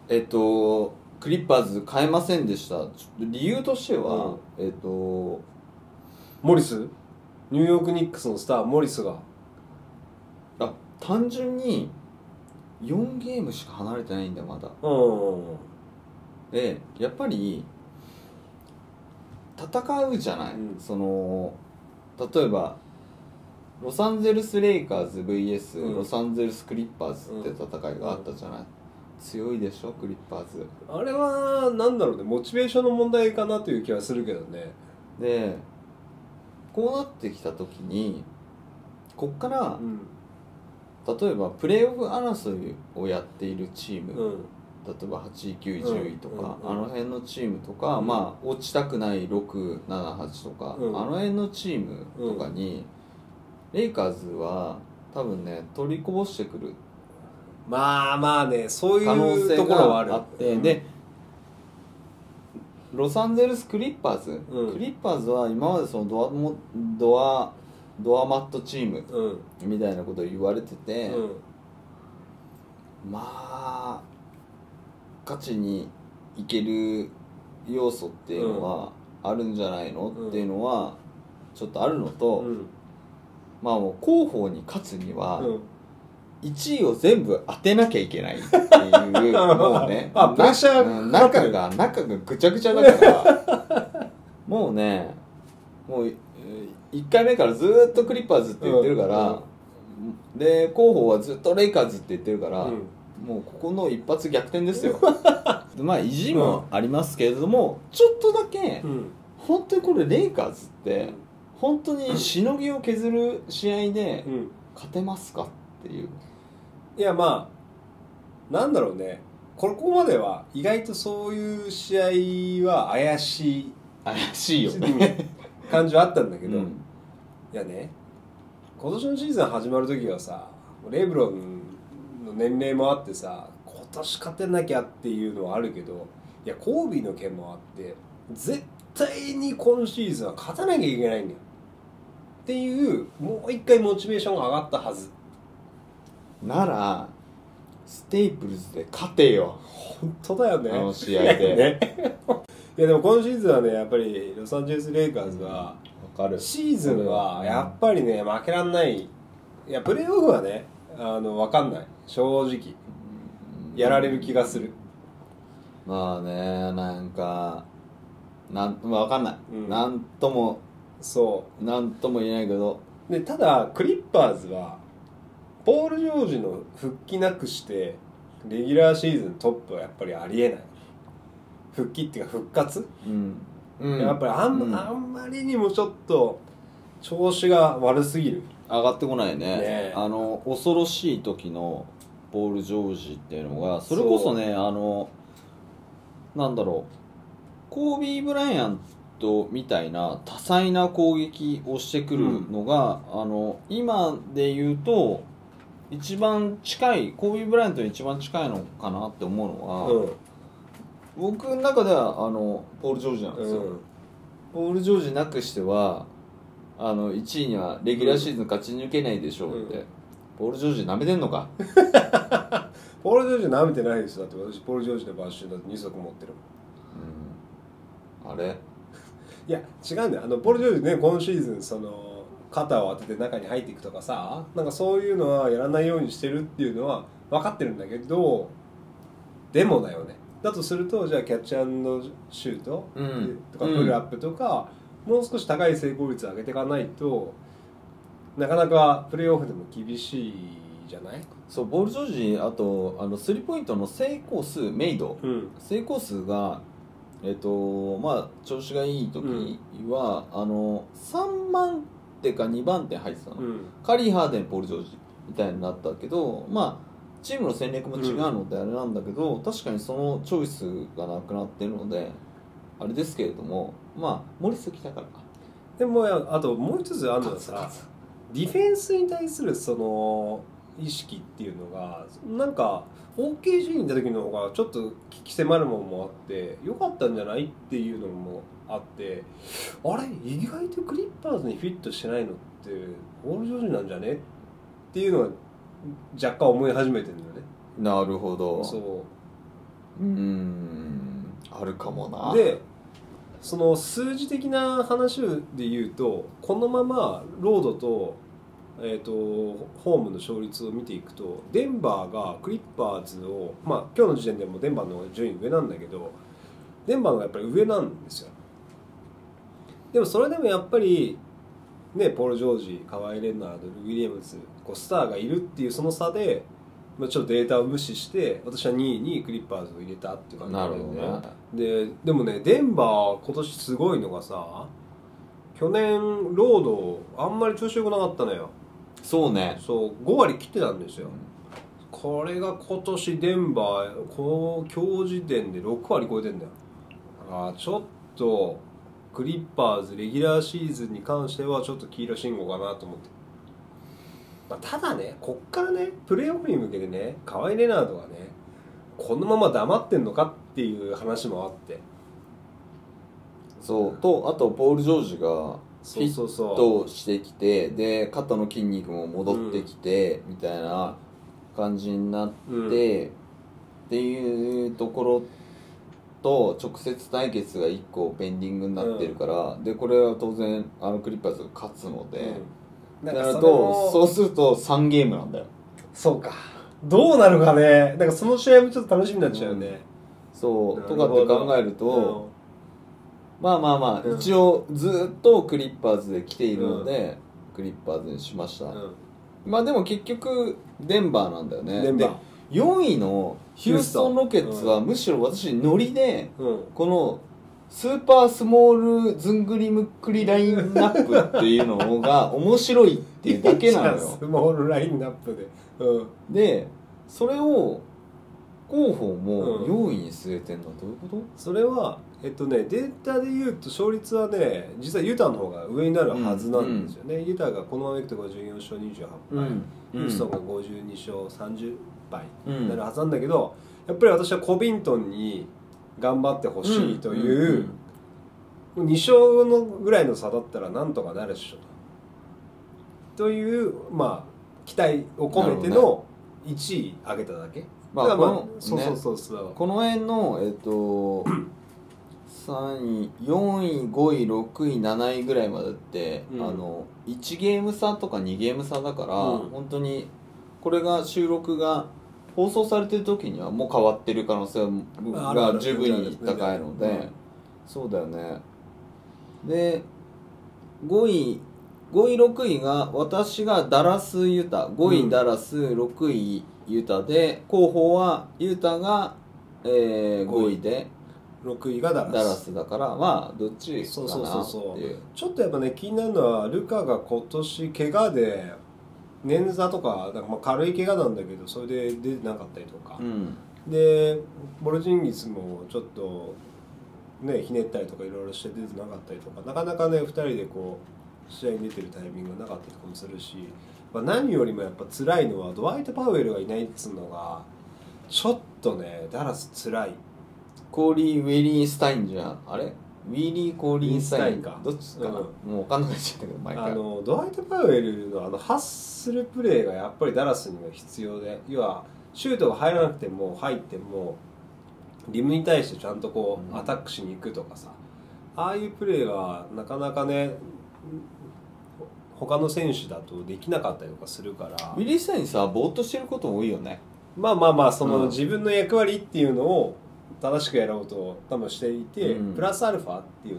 Speaker 2: えっとクリッパーズ変えませんでしたちょっと理由としては、えっと
Speaker 1: モリスニューヨーク・ニックスのスターモリスが
Speaker 2: あ単純に4ゲームしか離れてないんだまだ
Speaker 1: うん
Speaker 2: でやっぱり戦うじゃない、
Speaker 1: うん
Speaker 2: その例えばロサンゼルス・レイカーズ VS、
Speaker 1: うん
Speaker 2: ロサンゼルス・クリッパーズって戦いがあったじゃない、強いでしょクリッパーズ
Speaker 1: あれはなんだろうねモチベーションの問題かなという気はするけどね
Speaker 2: でこうなってきた時にこっから
Speaker 1: うん
Speaker 2: 例えばプレーオフ争いをやっているチーム、
Speaker 1: うん
Speaker 2: 例えば8位9位
Speaker 1: うん
Speaker 2: 10位とか、
Speaker 1: うんうん
Speaker 2: あの辺のチームとか、
Speaker 1: うん
Speaker 2: まあ落ちたくない678とか、
Speaker 1: うん
Speaker 2: あの辺のチームとかに、レイカーズは多分ね取りこぼしてくる
Speaker 1: まあまあねそうい
Speaker 2: 可能
Speaker 1: う
Speaker 2: 性
Speaker 1: ところはある
Speaker 2: があって、でロサンゼルス・クリッパーズ、
Speaker 1: うん
Speaker 2: クリッパーズは今までそのドアモドアドアマットチーム
Speaker 1: うん
Speaker 2: みたいなことを言われて
Speaker 1: う
Speaker 2: て、
Speaker 1: ん
Speaker 2: まあ勝ちにいける要素っていうのはあるんじゃないの、
Speaker 1: うん
Speaker 2: っていうのはちょっとあるのと、
Speaker 1: うん
Speaker 2: まあもう広報に勝つには
Speaker 1: うん
Speaker 2: 1位を全部当てなきゃいけないっていう もうね
Speaker 1: あ
Speaker 2: な
Speaker 1: プレッシャー
Speaker 2: うん中が中がぐちゃぐちゃだから もうねもう1回目からずーっとクリッパーズって言ってるから、で広報はずっとレイカーズって言ってるから、
Speaker 1: うん
Speaker 2: もうここの一発逆転ですよ まあ意地もありますけれども、ちょっとだけ
Speaker 1: うん
Speaker 2: 本当にこれレイカーズって本当にしのぎを削る試合で
Speaker 1: うん
Speaker 2: 勝てますかっていう、
Speaker 1: いやまあなんだろうねここまでは意外とそういう試合は怪しい
Speaker 2: 怪しいよね、
Speaker 1: 感じはあったんだけ
Speaker 2: う
Speaker 1: ど、
Speaker 2: ん
Speaker 1: いやね今年のシーズン始まる時はさレブロンの年齢もあってさ今年勝てなきゃっていうのはあるけどいやコービーの件もあって絶対に今シーズンは勝たなきゃいけないんだよっていうもう一回モチベーションが上がったはず
Speaker 2: ならステイプルズで勝てよ
Speaker 1: 本当だよ
Speaker 2: あ
Speaker 1: ね
Speaker 2: の試合で、
Speaker 1: ねいやでも今シーズンはねやっぱりロサンゼルス・レイカーズは
Speaker 2: か る
Speaker 1: シーズンはやっぱりね負けらんないいやプレーオフはねあの分かんない正直やられる気がする
Speaker 2: まあねなんかなんまあわかんない、
Speaker 1: うん
Speaker 2: なんとも
Speaker 1: そ
Speaker 2: なんとも言えないけど
Speaker 1: うでただクリッパーズはポール・ジョージの復帰なくしてレギュラーシーズントップはやっぱりありえない復帰っていうか復活、
Speaker 2: うん、うん、
Speaker 1: やっぱりあん,、
Speaker 2: うん
Speaker 1: あんまりにもちょっと調子が悪すぎる
Speaker 2: 上がってこないね
Speaker 1: ねえ
Speaker 2: あの恐ろしい時のポール・ジョージっていうのがそれこそねあのなんだろうコービー・ブライアントみたいな多彩な攻撃をしてくるのが、あの今で言うと一番近いコービー・ブライアントに一番近いのかなって思うのは、
Speaker 1: う
Speaker 2: 僕の中ではあのポール・ジョージなん
Speaker 1: ん
Speaker 2: ですよ、
Speaker 1: うん
Speaker 2: ポール・ジョージなくしてはあの1位にはレギュラーシーズン勝ち抜けないでしょうって、
Speaker 1: うん
Speaker 2: ポール・ジョージなめてんのか
Speaker 1: ポール・ジョージ舐めてないですだって私ポール・ジョージのバッシュだって2足持ってるもん
Speaker 2: うんあれ
Speaker 1: いや違うんだよあのポール・ジョージね今シーズンその肩を当てて中に入っていくとかさなんかそういうのはやらないようにしてるっていうのは分かってるんだけどでもだよねだとするとじゃあキャッチアンドシュート
Speaker 2: うん
Speaker 1: とか
Speaker 2: う
Speaker 1: プ
Speaker 2: ん
Speaker 1: ルアップとか、もう少し高い成功率を上げていかないとなかなかプレーオフでも厳しいじゃない、
Speaker 2: そうポール・ジョージあとあのスリーポイントの成功数メイド
Speaker 1: うん
Speaker 2: 成功数がえっとまあ調子がいい時は、あの3番手か2番手入ってたの、
Speaker 1: うん
Speaker 2: カリー・ハーデンポール・ジョージみたいになったけどまあチームの戦略も違うのであれなんだけど、確かにそのチョイスがなくなってるのであれですけれどもまあ森崎だからか
Speaker 1: でもあともう一つあるのはさディフェンスに対するその意識っていうのがなんか OKG にいた時の方がちょっと聞き迫るものもあって良かったんじゃないっていうのもあってあれ意外とクリッパーズにフィットしてないのってオール・ジョージなんじゃねっていうのは若干思い始めてるのよね。
Speaker 2: なるほど
Speaker 1: そう
Speaker 2: うーんあるかもな
Speaker 1: でその数字的な話で言うとこのままロードと,、えー、とホームの勝率を見ていくとデンバーがクリッパーズを、まあ、今日の時点でもデンバーの方が順位上なんだけどデンバーの方がやっぱり上なんですよでもそれでもやっぱりねポール・ジョージカワイ・レンナードル・ウィリアムズこうスターがいるっていうその差で、まあ、ちょっとデータを無視して私は2位にクリッパーズを入れたっていう感じ
Speaker 2: なる
Speaker 1: んだよ
Speaker 2: ほどね
Speaker 1: ででもねデンバー今年すごいのがさ去年ロードあんまり調子良くなかったのよ
Speaker 2: そうね
Speaker 1: そう5割切ってたんですよこれが今年デンバーこの今日時点で6割超えてんだよあちょっとクリッパーズレギュラーシーズンに関してはちょっと黄色信号かなと思って、まあ、ただねこっからねプレーオフに向けてね河合レナードがねこのまま黙ってんのかっていう話もあって
Speaker 2: そうとあとポール・ジョージがフ
Speaker 1: そう
Speaker 2: ィ
Speaker 1: そう
Speaker 2: ッ
Speaker 1: そ
Speaker 2: トしてきてで肩の筋肉も戻ってきて、みたいな感じになって、
Speaker 1: うん
Speaker 2: っていうところと直接対決が1個ペンディングになってるから、でこれは当然あのクリッパーズが勝つの
Speaker 1: う、
Speaker 2: で、
Speaker 1: うん、なん
Speaker 2: だ
Speaker 1: か
Speaker 2: から
Speaker 1: それ
Speaker 2: と
Speaker 1: も
Speaker 2: そうすると3ゲームなんだよ
Speaker 1: そうかどうなるかねなんかその試合もちょっと楽しみになっちゃうよね、
Speaker 2: そう
Speaker 1: なる
Speaker 2: と
Speaker 1: ほ
Speaker 2: か
Speaker 1: ど
Speaker 2: って考えると、
Speaker 1: うん
Speaker 2: まあまあまあ、
Speaker 1: うん
Speaker 2: 一応ずっとクリッパーズで来ているので、クリッパーズにしました、
Speaker 1: うん
Speaker 2: まあでも結局デンバーなんだよね
Speaker 1: デンバー
Speaker 2: で4位のヒューストン・ロケッツはむしろ私ノリで
Speaker 1: うん
Speaker 2: このスーパースモールずんぐりむっくりラインナップっていうの が面白いっていうだけなの
Speaker 1: じゃあ
Speaker 2: よ
Speaker 1: スモールラインナップでうん
Speaker 2: でそれを広報も
Speaker 1: う
Speaker 2: 4位に据えてんのはどういうこ
Speaker 1: それはえっとねデータで言うと勝率はね実はユタの方が上になるはずなんですよね、ユタがこのままいくと54勝28
Speaker 2: と
Speaker 1: 敗、
Speaker 2: う
Speaker 1: ヒ
Speaker 2: ん
Speaker 1: ューストンが52勝30敗
Speaker 2: うん
Speaker 1: になるはずなんだけど、やっぱり私はコビントンに頑張ってほしいという、もう2勝のぐらいの差だったらなんとかなるでしょというまあ期待を込めて
Speaker 2: なるほ
Speaker 1: の1位上げただけ
Speaker 2: まあ
Speaker 1: だから
Speaker 2: この
Speaker 1: そう
Speaker 2: ね
Speaker 1: そうそうそう、
Speaker 2: この辺のえっと3位4位5位6位7位ぐらいまでって、
Speaker 1: うん
Speaker 2: あの1ゲーム差とか2ゲーム差だから、
Speaker 1: うん
Speaker 2: 本当にこれが収録が放送されてる時にはもう変わってる可能性
Speaker 1: あるあ
Speaker 2: が
Speaker 1: る
Speaker 2: 十分に高いので、
Speaker 1: うん
Speaker 2: そうだよねで5位5位6位が私がダラス・ユタ5
Speaker 1: う
Speaker 2: 位
Speaker 1: ん
Speaker 2: ダラス、6位ユタで候補はユタが、え
Speaker 1: 五
Speaker 2: 5
Speaker 1: 位
Speaker 2: 位で
Speaker 1: 6位がダラス
Speaker 2: ダラスだからまあどっちかなっていう
Speaker 1: そうそうそうそうちょっとやっぱね気になるのはルカが今年怪我で捻挫とかなんかまあ軽い怪我なんだけどそれで出てなかったりとか
Speaker 2: う、ん
Speaker 1: でボルジンギスもちょっとねひねったりとかいろいろして出てなかったりとかなかなかね2人でこう試合に出てるタイミングがなかったりとかもするし、まあ、何よりもやっぱ辛いのはドワイト・パウエルがいないっつうのがちょっとねダラス辛い
Speaker 2: コーリー・ウェリー・スタインじゃんあれウィリー・コーリー・スタイン
Speaker 1: ウィリースタインか
Speaker 2: どっちかな、
Speaker 1: う
Speaker 2: もう分かんなくなっちゃったけど毎
Speaker 1: あ
Speaker 2: 回
Speaker 1: のドワイト・パウエルのあのハッスルプレーがやっぱりダラスには必要で要はシュートが入らなくても入ってもリムに対してちゃんとこ
Speaker 2: う
Speaker 1: うんアタックしに行くとかさああいうプレーがなかなかねうん他の選手だとできなかったりとかするから
Speaker 2: ウィリー・スタインさぼーっとしてること多いよね
Speaker 1: まあまあまあそ
Speaker 2: うん
Speaker 1: の自分の役割っていうのを正しくやろうと多分していて、
Speaker 2: うん
Speaker 1: プラスアルファっていう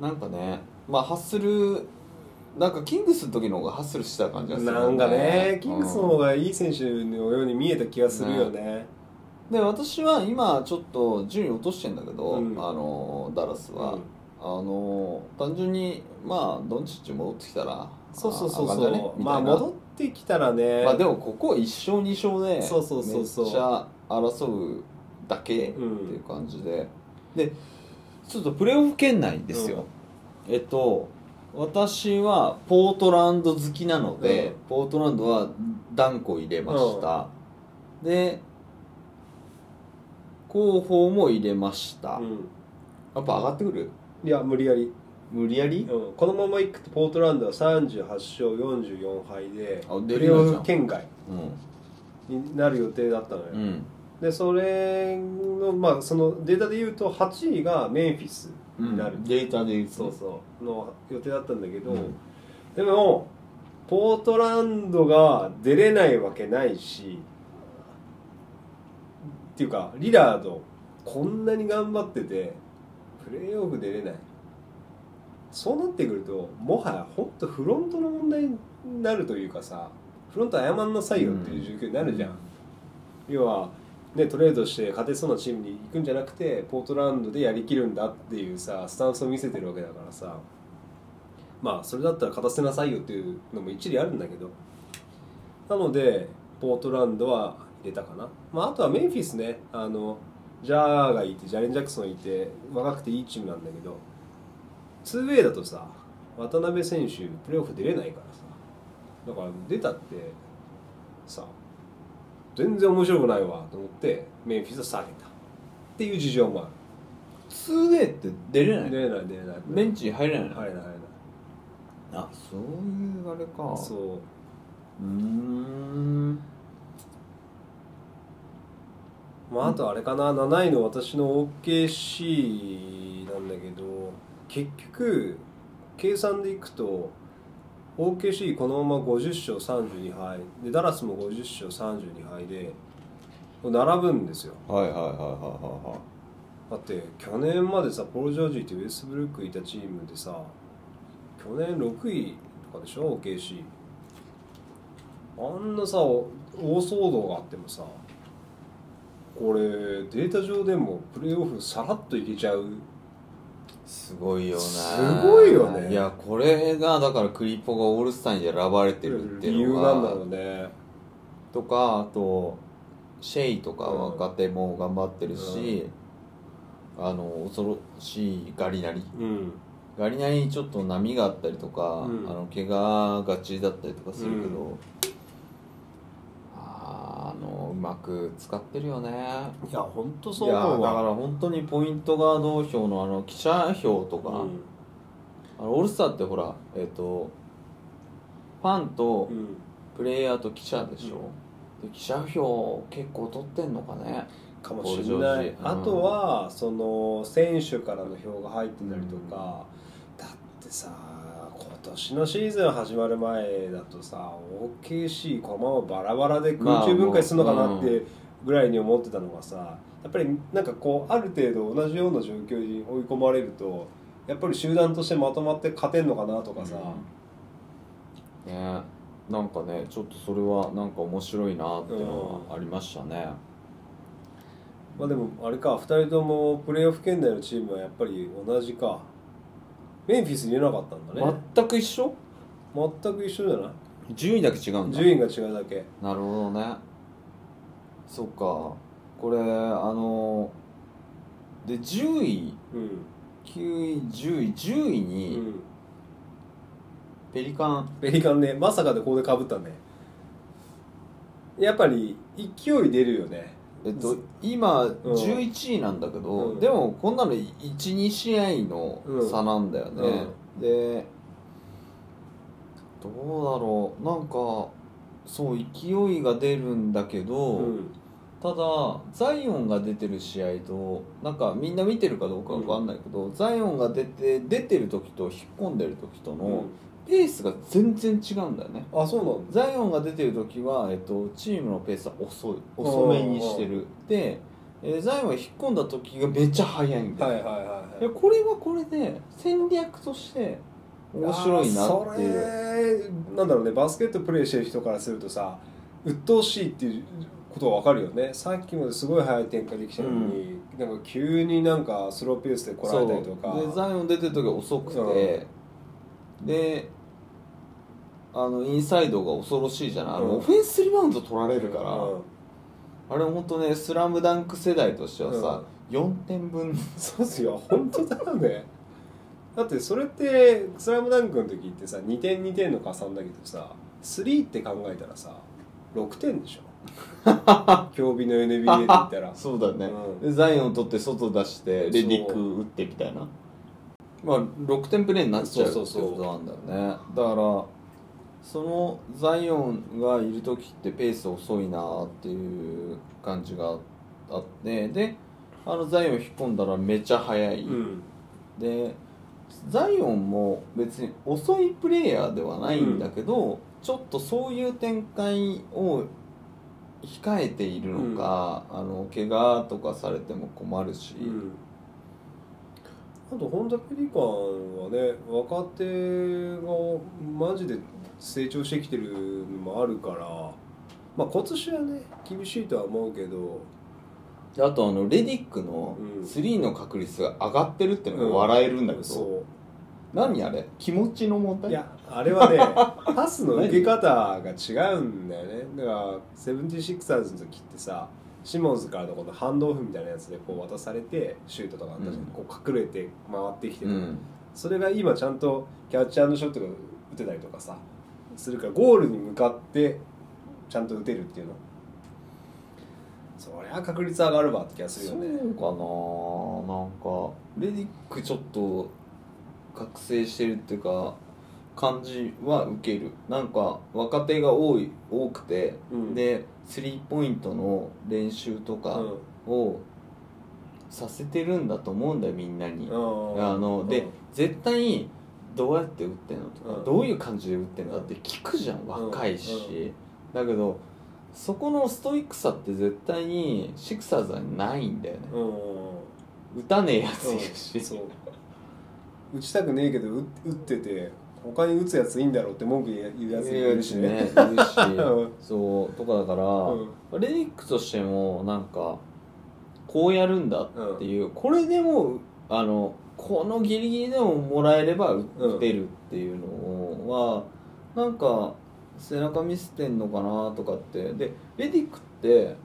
Speaker 1: の
Speaker 2: なんかねまあハッスルなんかキングスの時の方がハッスルしてた感じがする
Speaker 1: な
Speaker 2: よ
Speaker 1: んかねキングスの
Speaker 2: う
Speaker 1: 方
Speaker 2: ん
Speaker 1: がいい選手のように見えた気がするよね、
Speaker 2: で私は今ちょっと順位落としてんだけど、
Speaker 1: うん
Speaker 2: あのダラスは、
Speaker 1: うん
Speaker 2: あの単純にまあドンチッチ戻ってきたら
Speaker 1: そうそうそう
Speaker 2: あ
Speaker 1: そ
Speaker 2: 上が
Speaker 1: う、
Speaker 2: んだねみたい
Speaker 1: まあ
Speaker 2: な
Speaker 1: 戻ってきたらね、
Speaker 2: まあでもここ1勝2勝で
Speaker 1: そうそうそうそう
Speaker 2: めっちゃ争うだけって
Speaker 1: うん
Speaker 2: いう感じで、でちょっとプレーオフ圏内ですよ、えっと私はポートランド好きなので、
Speaker 1: うん
Speaker 2: ポートランドは断固入れました、で広報も入れました、
Speaker 1: う
Speaker 2: やっ
Speaker 1: ん、
Speaker 2: ぱ上がってくる
Speaker 1: いや無理やり、
Speaker 2: 無理やり、
Speaker 1: うん、このままいくとポートランドは38勝44敗で
Speaker 2: あ出
Speaker 1: プ
Speaker 2: る
Speaker 1: レ
Speaker 2: よ
Speaker 1: ー
Speaker 2: じゃん
Speaker 1: オフ圏外
Speaker 2: う
Speaker 1: になる予定だったのよ、
Speaker 2: んうん
Speaker 1: でそれのまあそのデータで言うと8位がメンフィスになる、
Speaker 2: うんデータで言うと
Speaker 1: そうそうの予定だったんだけど、
Speaker 2: うん
Speaker 1: でもポートランドが出れないわけないしっていうかリラードこんなに頑張っててプレーオフ出れないそうなってくるともはや本当フロントの問題になるというかさフロント謝んなさいよっていう状況になるじゃん、要は、ね、トレードして勝てそうなチームに行くんじゃなくてポートランドでやりきるんだっていうさスタンスを見せてるわけだからさまあそれだったら勝たせなさいよっていうのも一理あるんだけどなのでポートランドは入れたかな、まあ、あとはメンフィスねあのジャーがいてジャレン・ジャクソンいて若くていいチームなんだけど 2way だとさ渡辺選手プレーオフ出れないからさだから出たってさ全然面白くないわと思ってメンフィスを下げたっていう事情もあ
Speaker 2: 2way って出れな
Speaker 1: る
Speaker 2: い
Speaker 1: 出れない出れない
Speaker 2: ベンチに入れないの、
Speaker 1: 入れない入れない
Speaker 2: あそういうあれかう
Speaker 1: そう
Speaker 2: ーん
Speaker 1: まあ、あとあれかな7位の私の OKC なんだけど結局計算でいくと OKC このまま50勝32敗でダラスも50勝32敗で並ぶんですよ
Speaker 2: はいはいはいはいはいはい
Speaker 1: だって去年までさポール・ジョージってウェストブルックいたチームでさ去年6位とかでしょ OKC あんなさお大騒動があってもさこれデータ上でもプレーオフさらっといけちゃう
Speaker 2: すごいよね
Speaker 1: すごいよね
Speaker 2: いやこれがだからクリポがオールスターに選ばれてるって
Speaker 1: 理
Speaker 2: い
Speaker 1: 由
Speaker 2: う
Speaker 1: な
Speaker 2: のが
Speaker 1: んだろうね
Speaker 2: とかあとシェイとか若手も頑張ってるし、あの恐ろしいガリナリ
Speaker 1: うん
Speaker 2: ガリナリちょっと波があったりとか、
Speaker 1: うん
Speaker 2: あの怪我がちだったりとかするけど、あーあのうまく使ってるよね
Speaker 1: いや本当
Speaker 2: いやーだから本当にポイントガード票のあの記者票とか、
Speaker 1: うん
Speaker 2: あのオールスターってほらえっ、とファンと
Speaker 1: うん
Speaker 2: プレイヤーと記者でしょ、で記者票結構取ってんのかね
Speaker 1: かもしれない、
Speaker 2: うん
Speaker 1: あとはその選手からの票が入ってたりとか、だってさ今年のシーズン始まる前だとさ OKC このままバラバラで空中分解するのかなってぐらいに思ってたのがさやっぱりなんかこうある程度同じような状況に追い込まれるとやっぱり集団としてまとまって勝てんのかなとかさ、
Speaker 2: うんねなんかねちょっとそれはなんか面白いなっていうのはありましたね、
Speaker 1: まあでもあれか2人ともプレーオフ圏内のチームはやっぱり同じかメンフィスに入れなかったんだね
Speaker 2: 全く一緒
Speaker 1: 全く一緒じゃない
Speaker 2: 順位だけ違うんだ
Speaker 1: 順位が違うだけ
Speaker 2: なるほどねそっかこれあので10位
Speaker 1: うん、
Speaker 2: 9位10位10位
Speaker 1: う
Speaker 2: に
Speaker 1: ん、
Speaker 2: ペリカン
Speaker 1: ペリカンねまさかでここでかぶったねやっぱり勢い出るよね
Speaker 2: えっと、今
Speaker 1: うん
Speaker 2: 11位なんだけど、
Speaker 1: うん
Speaker 2: でもこんなの12試合の差なんだよね、でどうだろうなんかそう勢いが出るんだけ
Speaker 1: う
Speaker 2: ど、
Speaker 1: ん
Speaker 2: ただザイオンが出てる試合となんかみんな見てるかどうかわかんないけど、ザイオンが出て出てる時と引っ込んでる時と
Speaker 1: うん
Speaker 2: のペースが全然違うんだよね、
Speaker 1: あそうなんだ
Speaker 2: ザイオンが出てる時は、えっと、チームのペースは遅い遅めにしてるで、えーザイオンが引っ込んだ時がめっちゃ早いんだよ、
Speaker 1: はいはいはい
Speaker 2: い
Speaker 1: は
Speaker 2: や
Speaker 1: い
Speaker 2: これはこれで戦略として面白いなってい
Speaker 1: あ
Speaker 2: う
Speaker 1: ーそれなんだろうねバスケットプレーしてる人からするとさ鬱陶しいっていうことはわかるよねさっきまですごい速い展開できたのに、なんか急になんかスローペースで来られたりとか
Speaker 2: そうでザイオン出てる時は遅くて、であのインサイドが恐ろしいじゃない、あ
Speaker 1: う
Speaker 2: の
Speaker 1: ん
Speaker 2: オフェンスリバウンド取られるから、
Speaker 1: うん
Speaker 2: あれ本当ね「スラムダンク世代としてはさ、4点分
Speaker 1: そうっすよ本当だよねだってそれって「スラムダンクの時ってさ2点2点の加算だけどさ3って考えたらさ6点 でしょ競技の NBA で言った ら
Speaker 2: そうだね、
Speaker 1: うん
Speaker 2: でザイオン取って外出してレディック打ってみたいなまあ6点プレーになっちゃうって
Speaker 1: そ
Speaker 2: こ
Speaker 1: うそうそう
Speaker 2: となんだよねだからそのザイオンがいる時ってペース遅いなっていう感じがあってであのザイオン引っ込んだらめちゃ速い、
Speaker 1: うん
Speaker 2: でザイオンも別に遅いプレイヤーではないんだけど、ちょっとそういう展開を控えているのか、あの怪我とかされても困るし、
Speaker 1: うんあと本田ペリカンはね若手がマジで成長してきてるのもあるからまあ今年はね厳しいとは思うけど
Speaker 2: であとあのレディックの
Speaker 1: うん
Speaker 2: スリーの確率が上がってるってのが笑えるんだけど、
Speaker 1: そう
Speaker 2: 何あれ気持ちの問題
Speaker 1: いやあれ はねパスの受け方が違うんだよねだからセブンティシックサーズの時ってさシモンズからのこのハンドオフみたいなやつでこう渡されてシュートとかあったじゃん、
Speaker 2: うん
Speaker 1: こう隠れて回ってきて
Speaker 2: う
Speaker 1: る、
Speaker 2: ん、
Speaker 1: それが今ちゃんとキャッチャーのショットが打てたりとかさするからゴールに向かってちゃんと打てるっていうのそりゃ確率上がるわって気がする
Speaker 2: そ
Speaker 1: よ
Speaker 2: うかな
Speaker 1: ね
Speaker 2: なんかレディックちょっと覚醒してるっていうか感じは受けるなんか若手が多い多くて、
Speaker 1: うん
Speaker 2: でスリーポイントの練習とかをさせてるんだと思うんだよみんなに、あので、絶対どうやって打ってんのとか、
Speaker 1: うん
Speaker 2: どういう感じで打ってんだって聞くじゃん若いし、だけどそこのストイックさって絶対にシクサーズはないんだよね、
Speaker 1: うんうん
Speaker 2: 打たねえやついる
Speaker 1: うん
Speaker 2: し、
Speaker 1: そう打ちたくねえけど打打ってて他に打つやついいんだろうって文句言うやついるしね
Speaker 2: いるしねいるし
Speaker 1: うん
Speaker 2: そうとかだから、
Speaker 1: うん
Speaker 2: レディックとしてもなんかこうやるんだっていう、これでもあのこのギリギリでももらえれば打
Speaker 1: うん
Speaker 2: 打てるっていうのは、なんか背中見せてんのかなとかってでレディックって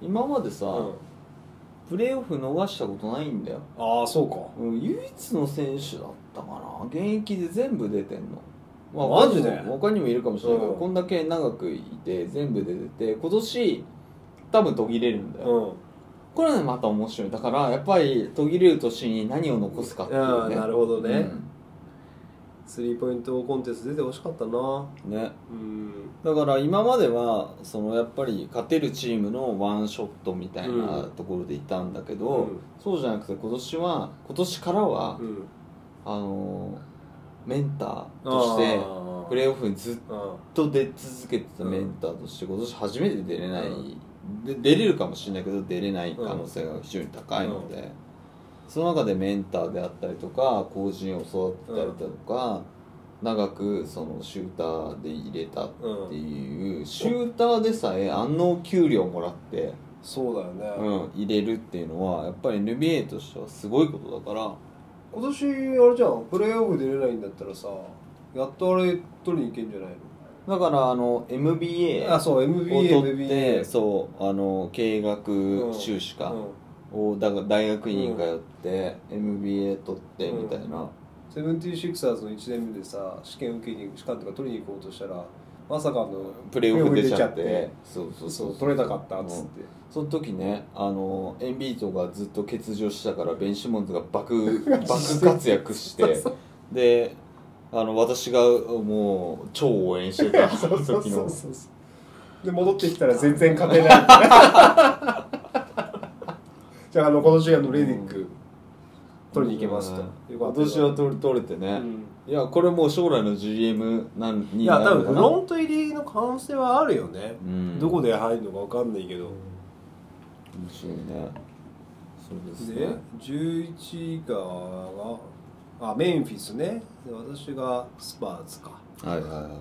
Speaker 2: 今までさ、
Speaker 1: うん
Speaker 2: プレーオフ逃したことないんだよ、
Speaker 1: ああそうか
Speaker 2: うん唯一の選手だったかな現役で全部出てんの、
Speaker 1: マジで
Speaker 2: 他にも他にもいるかもしれないけど、
Speaker 1: うん
Speaker 2: こんだけ長くいて全部で出て今年多分途切れるんだよ、
Speaker 1: うん
Speaker 2: これはねまた面白いだからやっぱり途切れる年に何を残すかっていう
Speaker 1: あ
Speaker 2: ね
Speaker 1: あなるほどね
Speaker 2: うん
Speaker 1: スリーポイントコンテスト出てほしかったな
Speaker 2: ね
Speaker 1: うん
Speaker 2: だから今まではそのやっぱり勝てるチームのワンショットみたいなところでいたんだけど、
Speaker 1: うん
Speaker 2: そうじゃなくて今年は今年からは、
Speaker 1: うん
Speaker 2: あのメンターとして
Speaker 1: あー
Speaker 2: プレーオフにずっ
Speaker 1: あ
Speaker 2: と出続けてたメンターとして今年初めて出れない、で出れるかもしれないけど出れない可能性が非常に高いので、その中でメンターであったりとか後陣を育てたりだとか、長くそのシューターで入れたっていう、シューターでさえ安納給料もらって、
Speaker 1: そうだよね、
Speaker 2: うん、入れるっていうのはやっぱり NBA としてはすごいことだから。
Speaker 1: 今年あれじゃんプレーオフ出れないんだったらさやっとあれ取りに行けんじゃない
Speaker 2: だからあの MBA
Speaker 1: のあそう
Speaker 2: を
Speaker 1: MBA
Speaker 2: 取って
Speaker 1: MBA
Speaker 2: そうあの経営学
Speaker 1: うん
Speaker 2: 修士か
Speaker 1: うん
Speaker 2: をだから大学院通って MBA 取って
Speaker 1: うん
Speaker 2: みたいな
Speaker 1: セブンティシクサーズの1年目でさ試験受けに試験とか取りに行こうとしたらまさかの
Speaker 2: プレーオフ出ちゃっ
Speaker 1: プレーオフ
Speaker 2: て
Speaker 1: 出
Speaker 2: そう
Speaker 1: そうそう取れなかったっつって、
Speaker 2: その時ねあのエンビートがずっと欠場したからベン・シモンズが 爆爆活躍してであの私がもう超応援して た時の
Speaker 1: うそうで戻ってきたら全然勝て ないじゃああの今年あのレディック取りに行けますと、よか
Speaker 2: 今
Speaker 1: った
Speaker 2: 年は取れ取れてね、いやこれもう将来の GM なん
Speaker 1: い
Speaker 2: にな
Speaker 1: や
Speaker 2: る
Speaker 1: 多
Speaker 2: の
Speaker 1: 分
Speaker 2: か
Speaker 1: フ
Speaker 2: な
Speaker 1: ロント入りの可能性はあるよね、
Speaker 2: うん
Speaker 1: どこで入るのかわかんないけど、
Speaker 2: 面白いねそうですね
Speaker 1: で11以下があメンフィスねで私がスパーズか
Speaker 2: はいはいはい、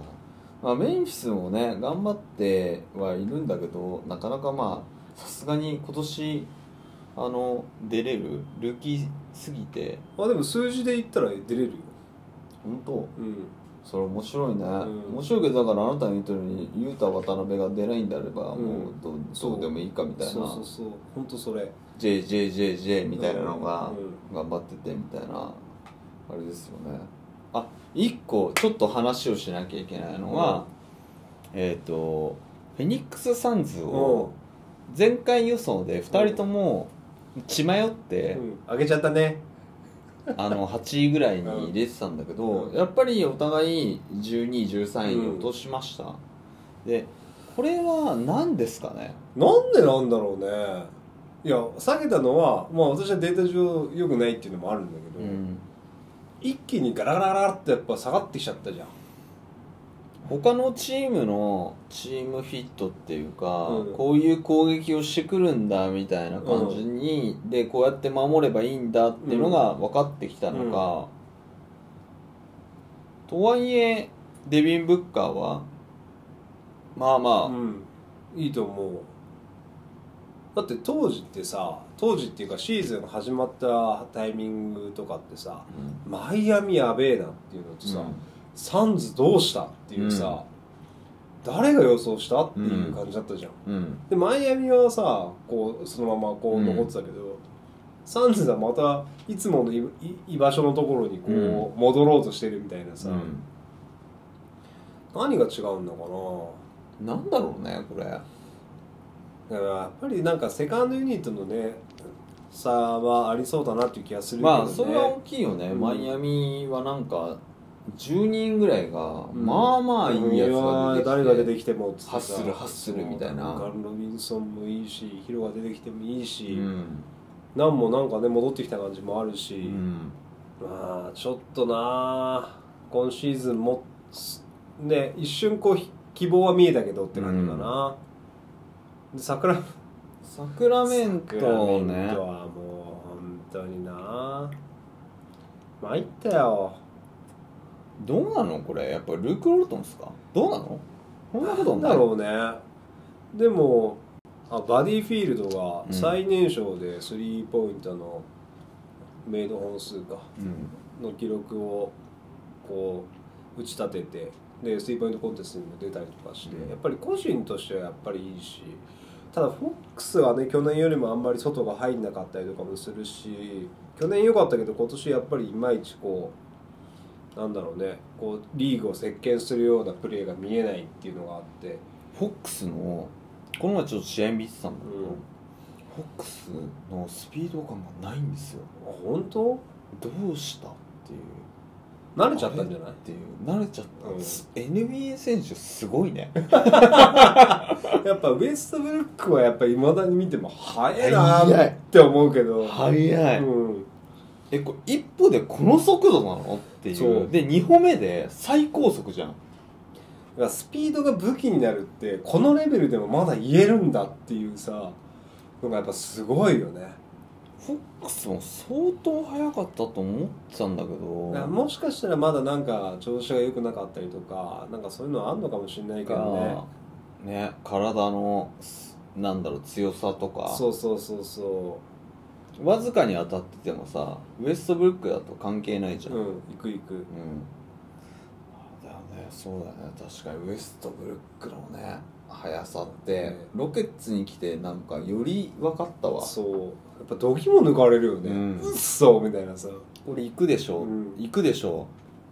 Speaker 2: まあ、メンフィスもね頑張ってはいるんだけどなかなかまあさすがに今年あの出れるルーキーすぎて
Speaker 1: あでも数字で言ったら出れるよ
Speaker 2: 本当
Speaker 1: うん
Speaker 2: それ面白いね、
Speaker 1: ん
Speaker 2: 面白いけどだからあなたが言ったように雄太渡辺が出ないんであれば
Speaker 1: うん
Speaker 2: もうど,、うどうでもいいかみたいな
Speaker 1: そうそうそう本当それ
Speaker 2: JJJJ みたいなのが
Speaker 1: う
Speaker 2: 頑張っててみたいなあれですよねあ一個ちょっと話をしなきゃいけないのは、えっ、とフェニックス・サンズを前回予想で2人とも血迷って、
Speaker 1: うんあげちゃったね
Speaker 2: あの8位ぐらいに入れてたんだけど、
Speaker 1: うん
Speaker 2: やっぱりお互い12位13位に落としました、でこれは何ですかね
Speaker 1: なんでなんだろうねいや下げたのはまあ私はデータ上良くないっていうのもあるんだけど、一気にガラガラガラってやっぱ下がってきちゃったじゃん
Speaker 2: 他のチームのチームフィットっていうか、
Speaker 1: うん
Speaker 2: こういう攻撃をしてくるんだみたいな感じに、でこうやって守ればいいんだっていうのが分かってきたのか、とはいえデビン・ブッカーはまあま
Speaker 1: うんいいと思うだって当時ってさ当時っていうかシーズン始まったタイミングとかってさ
Speaker 2: あ、
Speaker 1: マイアミやべえなっていうのとさ、
Speaker 2: うん
Speaker 1: サンズどうしたっていうさ、誰が予想したっていう感じだったじゃん、
Speaker 2: うん
Speaker 1: でマイアミはさこうそのままこ
Speaker 2: う
Speaker 1: うん残ってたけど、サンズはまたいつものいい居場所のところにこう戻ろうとしてるみたいなさ、何が違うんだかな
Speaker 2: なんだろうねこれ
Speaker 1: だからやっぱりなんかセカンドユニットのね差はありそうだなっていう気がするけどね、
Speaker 2: まあそれは大きいよね、
Speaker 1: うん
Speaker 2: マイアミはなんか10人ぐらいが、
Speaker 1: うん
Speaker 2: まあまあいいやつ
Speaker 1: い
Speaker 2: が
Speaker 1: や
Speaker 2: 出てきて
Speaker 1: 誰が出てきてもっつってさ
Speaker 2: ハッスルハッスルみたいな
Speaker 1: ガン・ロビンソンもいいしヒロが出てきてもいいし、
Speaker 2: うん
Speaker 1: なんもなんかね戻ってきた感じもあるし、
Speaker 2: うん
Speaker 1: まあちょっとな今シーズンもすね一瞬こうひ希望は見えたけどって感じかな、で桜
Speaker 2: サクラメン
Speaker 1: クラメ
Speaker 2: ト
Speaker 1: ント
Speaker 2: ね
Speaker 1: はもう本当にな参ったよ
Speaker 2: どうなのこれやっぱルーク・ロルトンですかどうなのそんなこと
Speaker 1: な
Speaker 2: なんい
Speaker 1: だろうねでもあバディフィールドが
Speaker 2: うん
Speaker 1: 最年少でスリーポイントのメイド本数か
Speaker 2: うん
Speaker 1: の記録をこう打ち立ててでスリーポイントコンテストにも出たりとかして、
Speaker 2: うん
Speaker 1: やっぱり個人としてはやっぱりいいしただフォックスはね去年よりもあんまり外が入んなかったりとかもするし去年良かったけど今年やっぱりいまいちこうなんだろうねこうリーグを席巻するようなプレーが見えないっていうのがあって、
Speaker 2: フォックスのこの前ちょっと試合見てたんだ
Speaker 1: う
Speaker 2: けど、
Speaker 1: ん、
Speaker 2: フォックスのスピード感がないんですよ
Speaker 1: あ本当
Speaker 2: どうしたっていう
Speaker 1: 慣れちゃったんじゃない
Speaker 2: っていう慣れちゃった、
Speaker 1: うん
Speaker 2: NBA 選手すごいね
Speaker 1: やっぱウエストブルックはやっぱいまだに見ても早いなーって思うけど
Speaker 2: 速い
Speaker 1: うん、
Speaker 2: えこれ一歩でこの速度なのってい
Speaker 1: そう
Speaker 2: うで2歩目で最高速じゃん
Speaker 1: だからスピードが武器になるってこのレベルでもまだ言えるんだっていうさのがやっぱすごいよね
Speaker 2: フォックスも相当速かったと思ってたんだけど
Speaker 1: だからもしかしたらまだなんか調子が良くなかったりとかなんかそういうのはあんのかもしれないけどね
Speaker 2: がね体のすなんだろう強さとか
Speaker 1: そうそうそうそ
Speaker 2: わずかに当たっててもさウエストブルックだと関係ないじゃ、
Speaker 1: うんう
Speaker 2: うん
Speaker 1: んいくいく
Speaker 2: だよねそうだよね確かにウエストブルックのね速さってロケッツに来てなんかより分かったわ
Speaker 1: そうやっぱ度肝抜かれるよね、
Speaker 2: う
Speaker 1: うんっそみたいなさ
Speaker 2: これ行くでしょ、
Speaker 1: うん
Speaker 2: 行くでしょ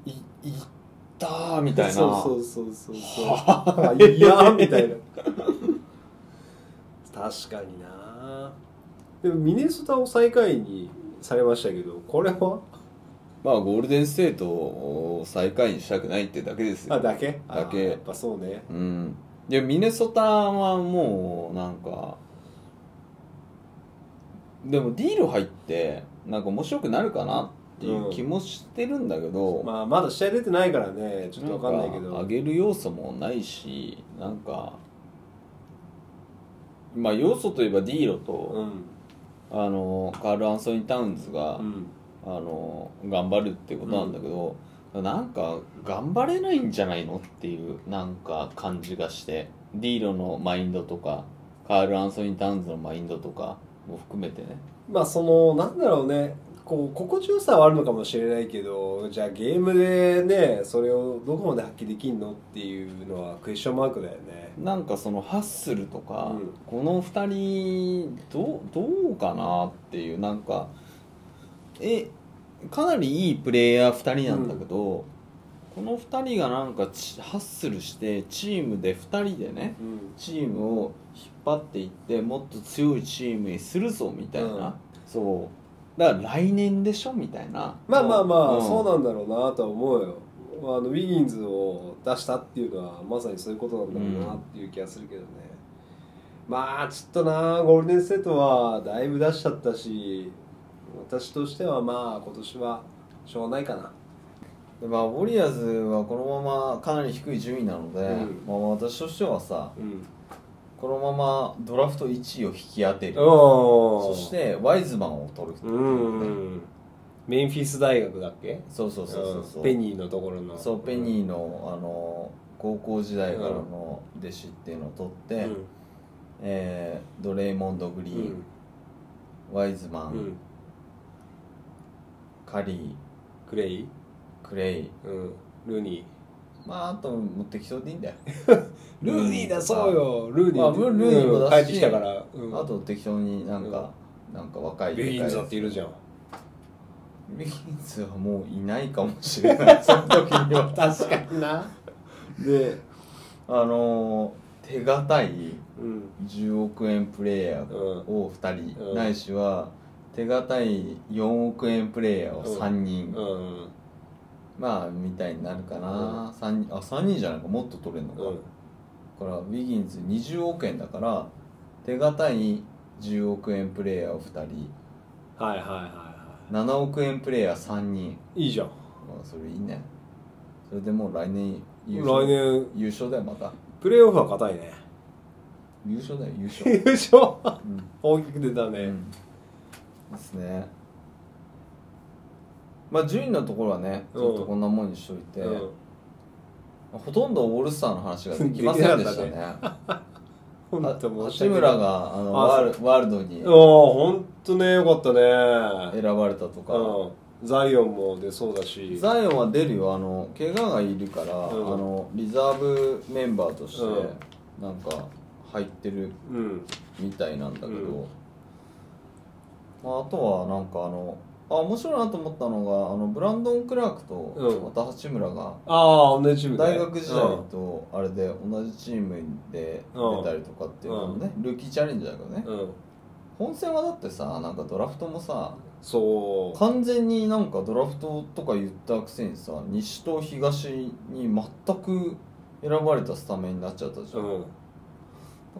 Speaker 2: い行ったーみたいな
Speaker 1: そうそうそうそうそういやみたいな 確かになでもミネソタを最下位にされましたけどこれは
Speaker 2: まあゴールデンステートを最下位にしたくないってだけですよ
Speaker 1: あだけ
Speaker 2: だけ
Speaker 1: あやっぱそうね
Speaker 2: うんでミネソタはもうなんかでもディール入ってなんか面白くなるかなっていう気もしてるんだけど、
Speaker 1: まあまだ試合出てないからねちょっとわかんないけど
Speaker 2: んか上げる要素もないしなんかまあ要素といえばディーロ
Speaker 1: う
Speaker 2: と、
Speaker 1: ん
Speaker 2: あのカール・アンソニー・タウンズが、
Speaker 1: うん
Speaker 2: あの頑張るってことなんだけど、なんか頑張れないんじゃないのっていうなんか感じがしてディーロのマインドとかカール・アンソニー・ダウンズのマインドとかも含めてね
Speaker 1: まあそのなんだろうねこう心地よさはあるのかもしれないけどじゃあゲームでねそれをどこまで発揮できんのっていうのはクエスチョンマークだよね
Speaker 2: なんかそのハッスルとか、
Speaker 1: うん
Speaker 2: この2人どうどうかなっていうなんかえかなりいいプレイヤー2人なんだけど、この2人がなんかちハッスルしてチームで2人でね、
Speaker 1: うん
Speaker 2: チームを引っ張っていってもっと強いチームにするぞみたいな、
Speaker 1: うん
Speaker 2: そうだから来年でしょみたいな
Speaker 1: まあまあまあ、
Speaker 2: うん
Speaker 1: そうなんだろうなとは思うよあのウィギンズを出したっていうのはまさにそういうことなんだろうなっていう気がするけどね、まあちょっとなゴールデンステートはだいぶ出しちゃったし私としてはまあ今年はしょうがないかな
Speaker 2: でまあウォリアーズはこのままかなり低い順位なので、
Speaker 1: うん
Speaker 2: まあ、私としてはさ
Speaker 1: うん
Speaker 2: このままドラフト1位を引き当てる、
Speaker 1: そ
Speaker 2: そしてワイズマンを取るっていううね、
Speaker 1: んメンフィス大学だっけ
Speaker 2: そうそうそうそうそう
Speaker 1: ペニーのところの
Speaker 2: そうペニーのあの高校時代からの弟子っていうのを取って、
Speaker 1: うん
Speaker 2: えードレイモンド・グリーン、ワイズマン、
Speaker 1: うんうん
Speaker 2: カリ
Speaker 1: クレイ、
Speaker 2: ークレイ
Speaker 1: うん、ルーニー
Speaker 2: まああともう適当でいいんだよ、
Speaker 1: ルーニーだそうよルーニー
Speaker 2: あルルーニーも
Speaker 1: うん
Speaker 2: だし
Speaker 1: 帰ってきたから、うん、
Speaker 2: あと適当になんか、なんか若い
Speaker 1: ビギンズだっているじゃん
Speaker 2: ビギンズはもういないかもしれないその時に は
Speaker 1: 確かになで、
Speaker 2: あのー手堅い
Speaker 1: うん
Speaker 2: 10億円プレイヤ
Speaker 1: うん、
Speaker 2: ーを2人、
Speaker 1: うん
Speaker 2: ないしは手堅い4億円プレイヤーを3人、
Speaker 1: うん
Speaker 2: まあみたいになるかな、三人あ3人じゃないかもっと取れるのか、
Speaker 1: うん
Speaker 2: だからウィギンズ20億円だから手堅い10億円プレイヤーを2人
Speaker 1: はいはいはいは
Speaker 2: 7億円プレイヤー3人、
Speaker 1: いいいじゃん
Speaker 2: まあ、それいいねそれでもう来年優勝
Speaker 1: 来年
Speaker 2: 優勝だよまた
Speaker 1: プレーオフは硬いね
Speaker 2: 優勝だよ優勝
Speaker 1: 優勝
Speaker 2: うん、
Speaker 1: 大きく出たね、
Speaker 2: うんですねまあ順位のところはねちょっとこんなもんにしといて、
Speaker 1: うん
Speaker 2: ほとんどオールスターの話ができませんでしたね
Speaker 1: ほんと申し訳な
Speaker 2: 八
Speaker 1: い
Speaker 2: 村があの
Speaker 1: あ
Speaker 2: ワールワールドに
Speaker 1: ああほんとねよかったね
Speaker 2: 選ばれたとか、
Speaker 1: うんザイオンも出そうだし
Speaker 2: ザイオンは出るよあの怪我がいるから、あのリザーブメンバーとして、
Speaker 1: う
Speaker 2: なんか入ってる
Speaker 1: うん
Speaker 2: みたいなんだけど、
Speaker 1: うん
Speaker 2: まあ、あとはなんかあのあ面白いなと思ったのがあのブランドン・クラーク
Speaker 1: うん
Speaker 2: とまた八村が
Speaker 1: ああ同じチームね
Speaker 2: 大学時代とあれで同じチームで出たりとかっていうのもね、ルーキーチャレンジャーがね
Speaker 1: うん、うん
Speaker 2: 本戦はだってさなんかドラフトもさ
Speaker 1: そう
Speaker 2: 完全になんかドラフトとか言ったくせにさ西と東に全く選ばれたスタメンになっちゃったじゃん、
Speaker 1: うん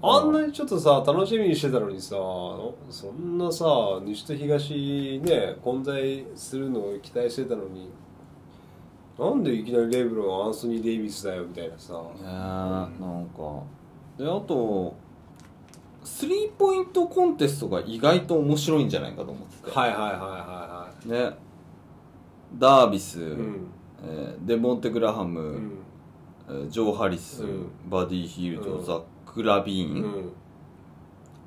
Speaker 1: あんなにちょっとさ楽しみにしてたのにさそんなさ西と東ね混在するのを期待してたのになんでいきなりレブロンアンソニー・デイビスだよみたいなさ
Speaker 2: ねえなんかであとスリーポイントコンテストが意外と面白いんじゃないかと思ってて、
Speaker 1: はいはいはいは
Speaker 2: ねダービス、
Speaker 1: いはいうん
Speaker 2: えーデモンテ・グラハム、
Speaker 1: うん
Speaker 2: えージョー・ハリス、
Speaker 1: うん
Speaker 2: バディ・ヒルド、
Speaker 1: うん
Speaker 2: ザック・ラビー
Speaker 1: う
Speaker 2: ン、
Speaker 1: ん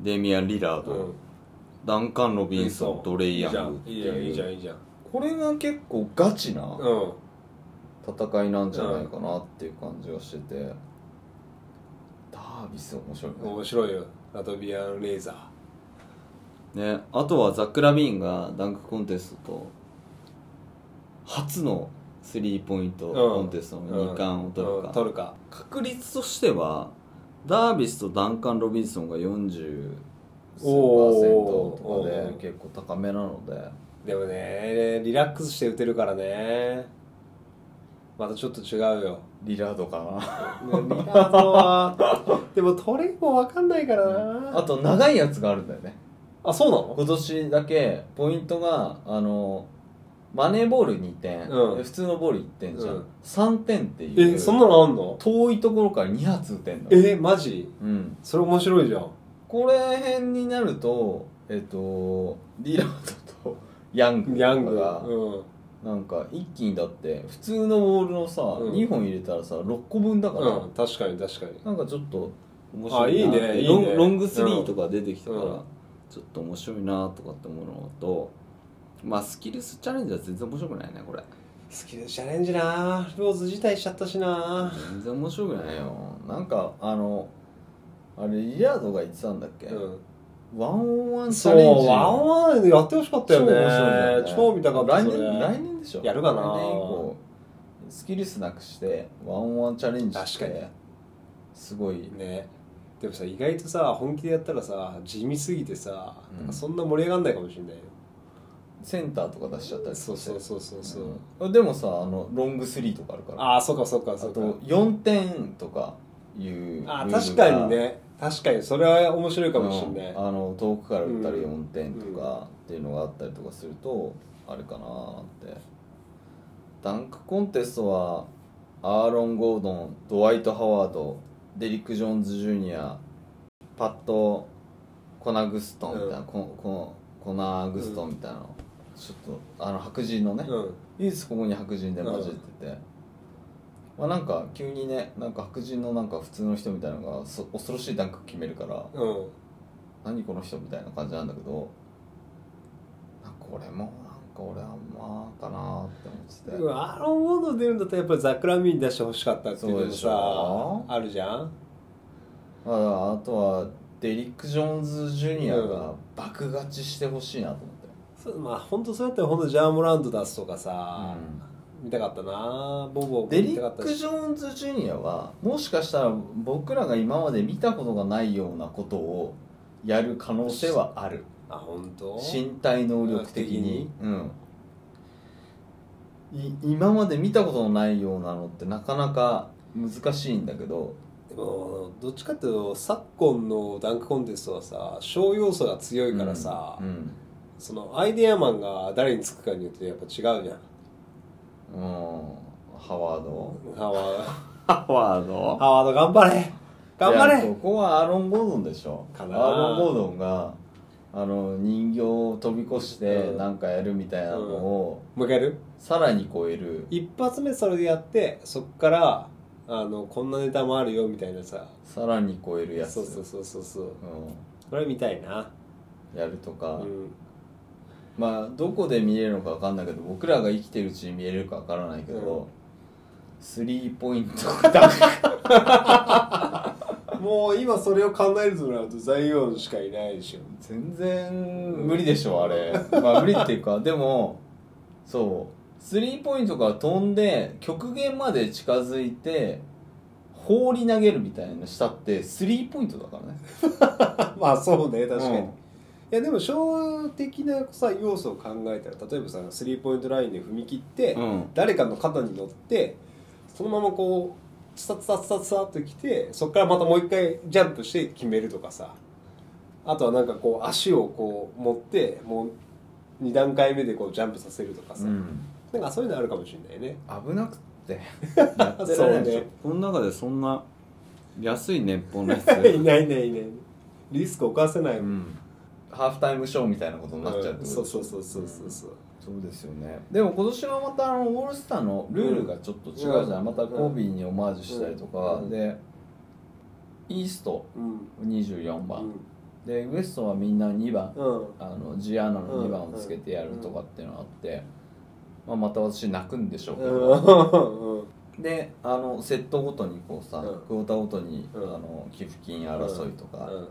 Speaker 2: デミアン・リラード、
Speaker 1: うん
Speaker 2: ダンカン・ロビンソン、ドレイヤングって
Speaker 1: いいじゃんいい
Speaker 2: い
Speaker 1: じゃん
Speaker 2: う
Speaker 1: いいじゃんいいじゃん
Speaker 2: これが結構ガチな
Speaker 1: うん
Speaker 2: 戦いなんじゃないかなっていう感じがしてて、ダービス面白いね
Speaker 1: 面白いよラトビアン・レーザ
Speaker 2: ね、あとはザック・ラビーンがダンクコンテストと初のスリーポイント
Speaker 1: ー
Speaker 2: コンテストの2冠を取る
Speaker 1: うんうん
Speaker 2: か、
Speaker 1: 取るか
Speaker 2: 確率としてはダービスとダンカン・ロビンソンが40数パーセン
Speaker 1: おー
Speaker 2: トとか
Speaker 1: おー
Speaker 2: で結構高めなので
Speaker 1: でもねリラックスして打てるからねまたちょっと違うよ
Speaker 2: リラードか
Speaker 1: ねリラードはでもトレーも分かんないから
Speaker 2: な
Speaker 1: な
Speaker 2: あと長いやつがあるんだよね
Speaker 1: あそう
Speaker 2: 今年だけポイントがあのマネーボール2点、
Speaker 1: うん
Speaker 2: 普通のボール1点じゃん、
Speaker 1: うん
Speaker 2: 3点って
Speaker 1: なの
Speaker 2: いう
Speaker 1: えそんなのあんの
Speaker 2: 遠いところから2発打てんの
Speaker 1: えマジ
Speaker 2: うん、
Speaker 1: それ面白いじゃん
Speaker 2: これ辺になるとえっとリラードと ヤング
Speaker 1: ギャング
Speaker 2: が、
Speaker 1: うん
Speaker 2: なんか一気にだって普通のボールのさ、
Speaker 1: うん
Speaker 2: 2本入れたらさ6個分だから、
Speaker 1: うん確かに確かに
Speaker 2: なんかちょっと面白いな
Speaker 1: あいいね
Speaker 2: ロン
Speaker 1: いいね
Speaker 2: ロングスリーとか出てきたから、
Speaker 1: うん
Speaker 2: ちょっと面白いなとかって思うのとまあスキルスチャレンジは全然面白くないねこれ
Speaker 1: スキルチャレンジなローズ辞退しちゃったしな
Speaker 2: 全然面白くないよなんかあのあれリラードが言ってたんだっけ、
Speaker 1: う
Speaker 2: ワンオンワン
Speaker 1: ん
Speaker 2: チ
Speaker 1: そ
Speaker 2: ャレン
Speaker 1: う
Speaker 2: ジ
Speaker 1: ワンワンやってほしかったよね超見たかった
Speaker 2: 来
Speaker 1: そ
Speaker 2: 年
Speaker 1: れ
Speaker 2: 来年でしょ
Speaker 1: やるかな
Speaker 2: 来年以降スキルスなくしてワンオンワンチャレンジして
Speaker 1: 確かに
Speaker 2: すごい
Speaker 1: ねでもさ意外とさ本気でやったらさ地味すぎてさ、
Speaker 2: うん
Speaker 1: なんかそんな盛り上がんないかもしれないよ
Speaker 2: センターとか出しちゃったり
Speaker 1: そうそうそうそうそう、
Speaker 2: うんでもさあのロングスリーとかあるからあ
Speaker 1: ああそうかそうかそうか
Speaker 2: と4点とかいう
Speaker 1: あ
Speaker 2: ルールが
Speaker 1: 確かにね確かにそれは面白いかもしれない、
Speaker 2: うんあの遠くから打ったり
Speaker 1: うん
Speaker 2: 4点とかっていうのがあったりとかするとあれかなってダンクコンテストはアーロン・ゴードンドワイト・ハワードデリック・ジョーンズ・ジュニアパッド・コナグストンみたいな、
Speaker 1: うん
Speaker 2: コココナグストンみたいな、ちょっとあの白人のね、
Speaker 1: うん
Speaker 2: 唯一ここに白人で混じってて、まあなんか急にねなんか白人のなんか普通の人みたいなのがそ恐ろしいダンク決めるから
Speaker 1: うん
Speaker 2: 何この人みたいな感じなんだけどなんかこれもなんか俺あんまかなって思って
Speaker 1: う
Speaker 2: て
Speaker 1: わアーロン・ウォード出るんだったらやっぱりザック・ラミーに出してほしかったっていうのも
Speaker 2: そうでしょ
Speaker 1: さあるじゃん
Speaker 2: まああとはデリック・ジョーンズ・ジュニア
Speaker 1: う
Speaker 2: が爆勝ちしてほしいなと思って、
Speaker 1: そうまあ本当そうやったら本当ジャーモランド出すとかさ、
Speaker 2: う
Speaker 1: 見たかったなボボ
Speaker 2: デ
Speaker 1: 見
Speaker 2: リ
Speaker 1: たかっ
Speaker 2: ッ
Speaker 1: た
Speaker 2: ク・ジョーンズ・ジュニアはもしかしたら僕らが今まで見たことがないようなことをやる可能性はある
Speaker 1: あ本当
Speaker 2: 身体能力的に、うん、い今まで見たことのないようなのってなかなか難しいんだけど
Speaker 1: でもどっちかっていうと昨今のダンクコンテストはさ小要素が強いからさ、
Speaker 2: うん
Speaker 1: そのアイデアマンが誰につくかによってやっぱ違うじゃん
Speaker 2: うんハワード
Speaker 1: ハワ
Speaker 2: ハワー
Speaker 1: ー
Speaker 2: ド
Speaker 1: ハワード頑張れ頑張
Speaker 2: こ
Speaker 1: れ
Speaker 2: こはアーロン・ゴードンでしょア
Speaker 1: か
Speaker 2: ー
Speaker 1: な
Speaker 2: ロン・ゴードンがあの人形を飛び越して
Speaker 1: うん
Speaker 2: なんかやるみたいなのを
Speaker 1: もう一回やる
Speaker 2: さらに超える
Speaker 1: 一発目それでやってそっからあのこんなネタもあるよみたいなさ
Speaker 2: さらに超えるやつ
Speaker 1: そうそうそうそうそう
Speaker 2: う
Speaker 1: これ見たいな、
Speaker 2: んやるとか、
Speaker 1: うん、
Speaker 2: まあどこで見れるのか分かんないけど僕らが生きてるうちに見れるか分からないけど、
Speaker 1: うん
Speaker 2: スリーポイント ダンク
Speaker 1: もう今それを考えるとなるとザイオンしかいないで しょ
Speaker 2: 全然無理でしょあれまあ無理っていうかでもそうスリーポイントから飛んで極限まで近づいて放り投げるみたいなのしたってスリーポイントだからね
Speaker 1: まあそうね確かに、
Speaker 2: うん
Speaker 1: いやでも小的なさ要素を考えたら例えばさスリーポイントラインで踏み切って、
Speaker 2: うん
Speaker 1: 誰かの肩に乗ってそのままこうツタツタツタツタっと来てそこからまたもう一回ジャンプして決めるとかさあとはなんかこう足をこう持ってもう2段階目でこうジャンプさせるとかさ、
Speaker 2: うん
Speaker 1: なんかそういうのあるかもしれないね
Speaker 2: 危 なくてやってられないでし
Speaker 1: そ
Speaker 2: ょ
Speaker 1: うね
Speaker 2: この中でそんな安い熱本のや
Speaker 1: い
Speaker 2: つ、
Speaker 1: ないいないいないリスクを犯せないうもん、
Speaker 2: ん、ハーフタイムショーみたいなことになっちゃうってことでしょ
Speaker 1: そうそうそうそうそうそう
Speaker 2: そうですよねでも今年はまたあのオールスターのルールがちょっと違うじゃん、
Speaker 1: うん
Speaker 2: またコービーにオマージュしたりとか、
Speaker 1: うん
Speaker 2: でイースト
Speaker 1: うん
Speaker 2: 24
Speaker 1: う
Speaker 2: 番、
Speaker 1: ん
Speaker 2: でウエストはみんな2番、
Speaker 1: うん
Speaker 2: あのジアナの2番をつけてやるとかっていうのがあって、まあ、また私泣くんでしょうけど、
Speaker 1: うんうん
Speaker 2: であのセットごとにこうさ、
Speaker 1: うん
Speaker 2: クォーターごとに、
Speaker 1: うん
Speaker 2: あの寄付金争いとか、
Speaker 1: うん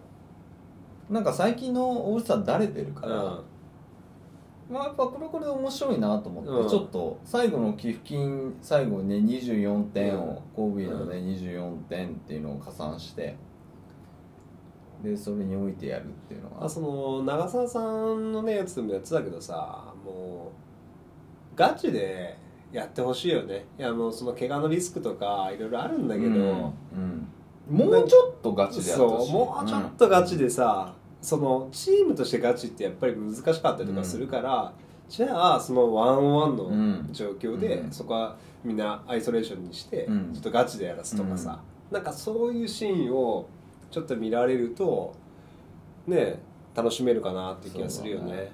Speaker 2: なんか最近のオールスターだれてるから、
Speaker 1: うん
Speaker 2: まあ、やっぱこれこれ面白いなと思って、
Speaker 1: うん
Speaker 2: ちょっと最後の寄付金最後ね24点を、コービーのね24点っていうのを加算してでそれに置いてやるっていうのが
Speaker 1: あその長澤さんのねやつでもやってたけどさもうガチでやってほしいよねいやもうその怪我のリスクとかいろいろあるんだけど、
Speaker 2: うんうんもうちょっとガチでやっ
Speaker 1: そ
Speaker 2: て
Speaker 1: う
Speaker 2: ほしい
Speaker 1: もうちょっとガチでさ、そのチームとしてガチってやっぱり難しかったりとかするから、じゃあそのワンオンワン
Speaker 2: う
Speaker 1: の
Speaker 2: ん
Speaker 1: 状況で、
Speaker 2: うん
Speaker 1: そこはみんなアイソレーションにして、
Speaker 2: うん
Speaker 1: ちょっとガチでやらすとかさ、なんかそういうシーンをちょっと見られるとね楽しめるかなっていう気がするよ
Speaker 2: そうだね
Speaker 1: ね。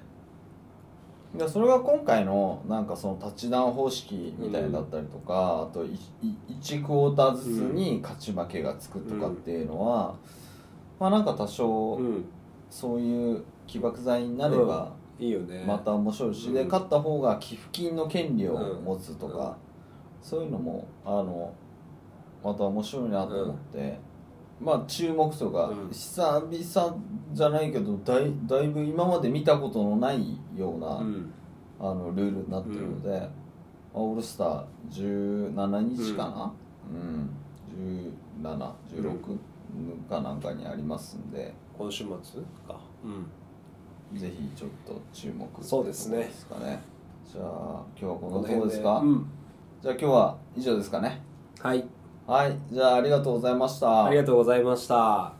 Speaker 2: いやそれが今回のなんかそのタッチダウン方式みたいだったりとか、あといい1クォーターずつに勝ち負けがつくとかっていうのは、まあなんか多少、
Speaker 1: うん、
Speaker 2: そういう起爆剤になれば
Speaker 1: いいよね。
Speaker 2: また面白いし、
Speaker 1: うん
Speaker 2: で勝った方が寄付金の権利を
Speaker 1: うん
Speaker 2: 持つとか、そういうのもあのまた面白いなと思って、まあ注目とか、
Speaker 1: うん
Speaker 2: 久々じゃないけどだいだいぶ今まで見たことのないような、
Speaker 1: うん、
Speaker 2: あのルールになってるので、まあオールスター17日かな、うん1716かなんかにありますんで。
Speaker 1: 今週末か。うん
Speaker 2: ぜひちょっと注目
Speaker 1: そうですね
Speaker 2: ですかねじゃあ今日はこ
Speaker 1: こ
Speaker 2: ん
Speaker 1: の
Speaker 2: なとこ
Speaker 1: 辺
Speaker 2: ですか、
Speaker 1: うん、
Speaker 2: じゃあ今日は以上ですかね
Speaker 1: はい、
Speaker 2: はいじゃあありがとうございました
Speaker 1: ありがとうございました。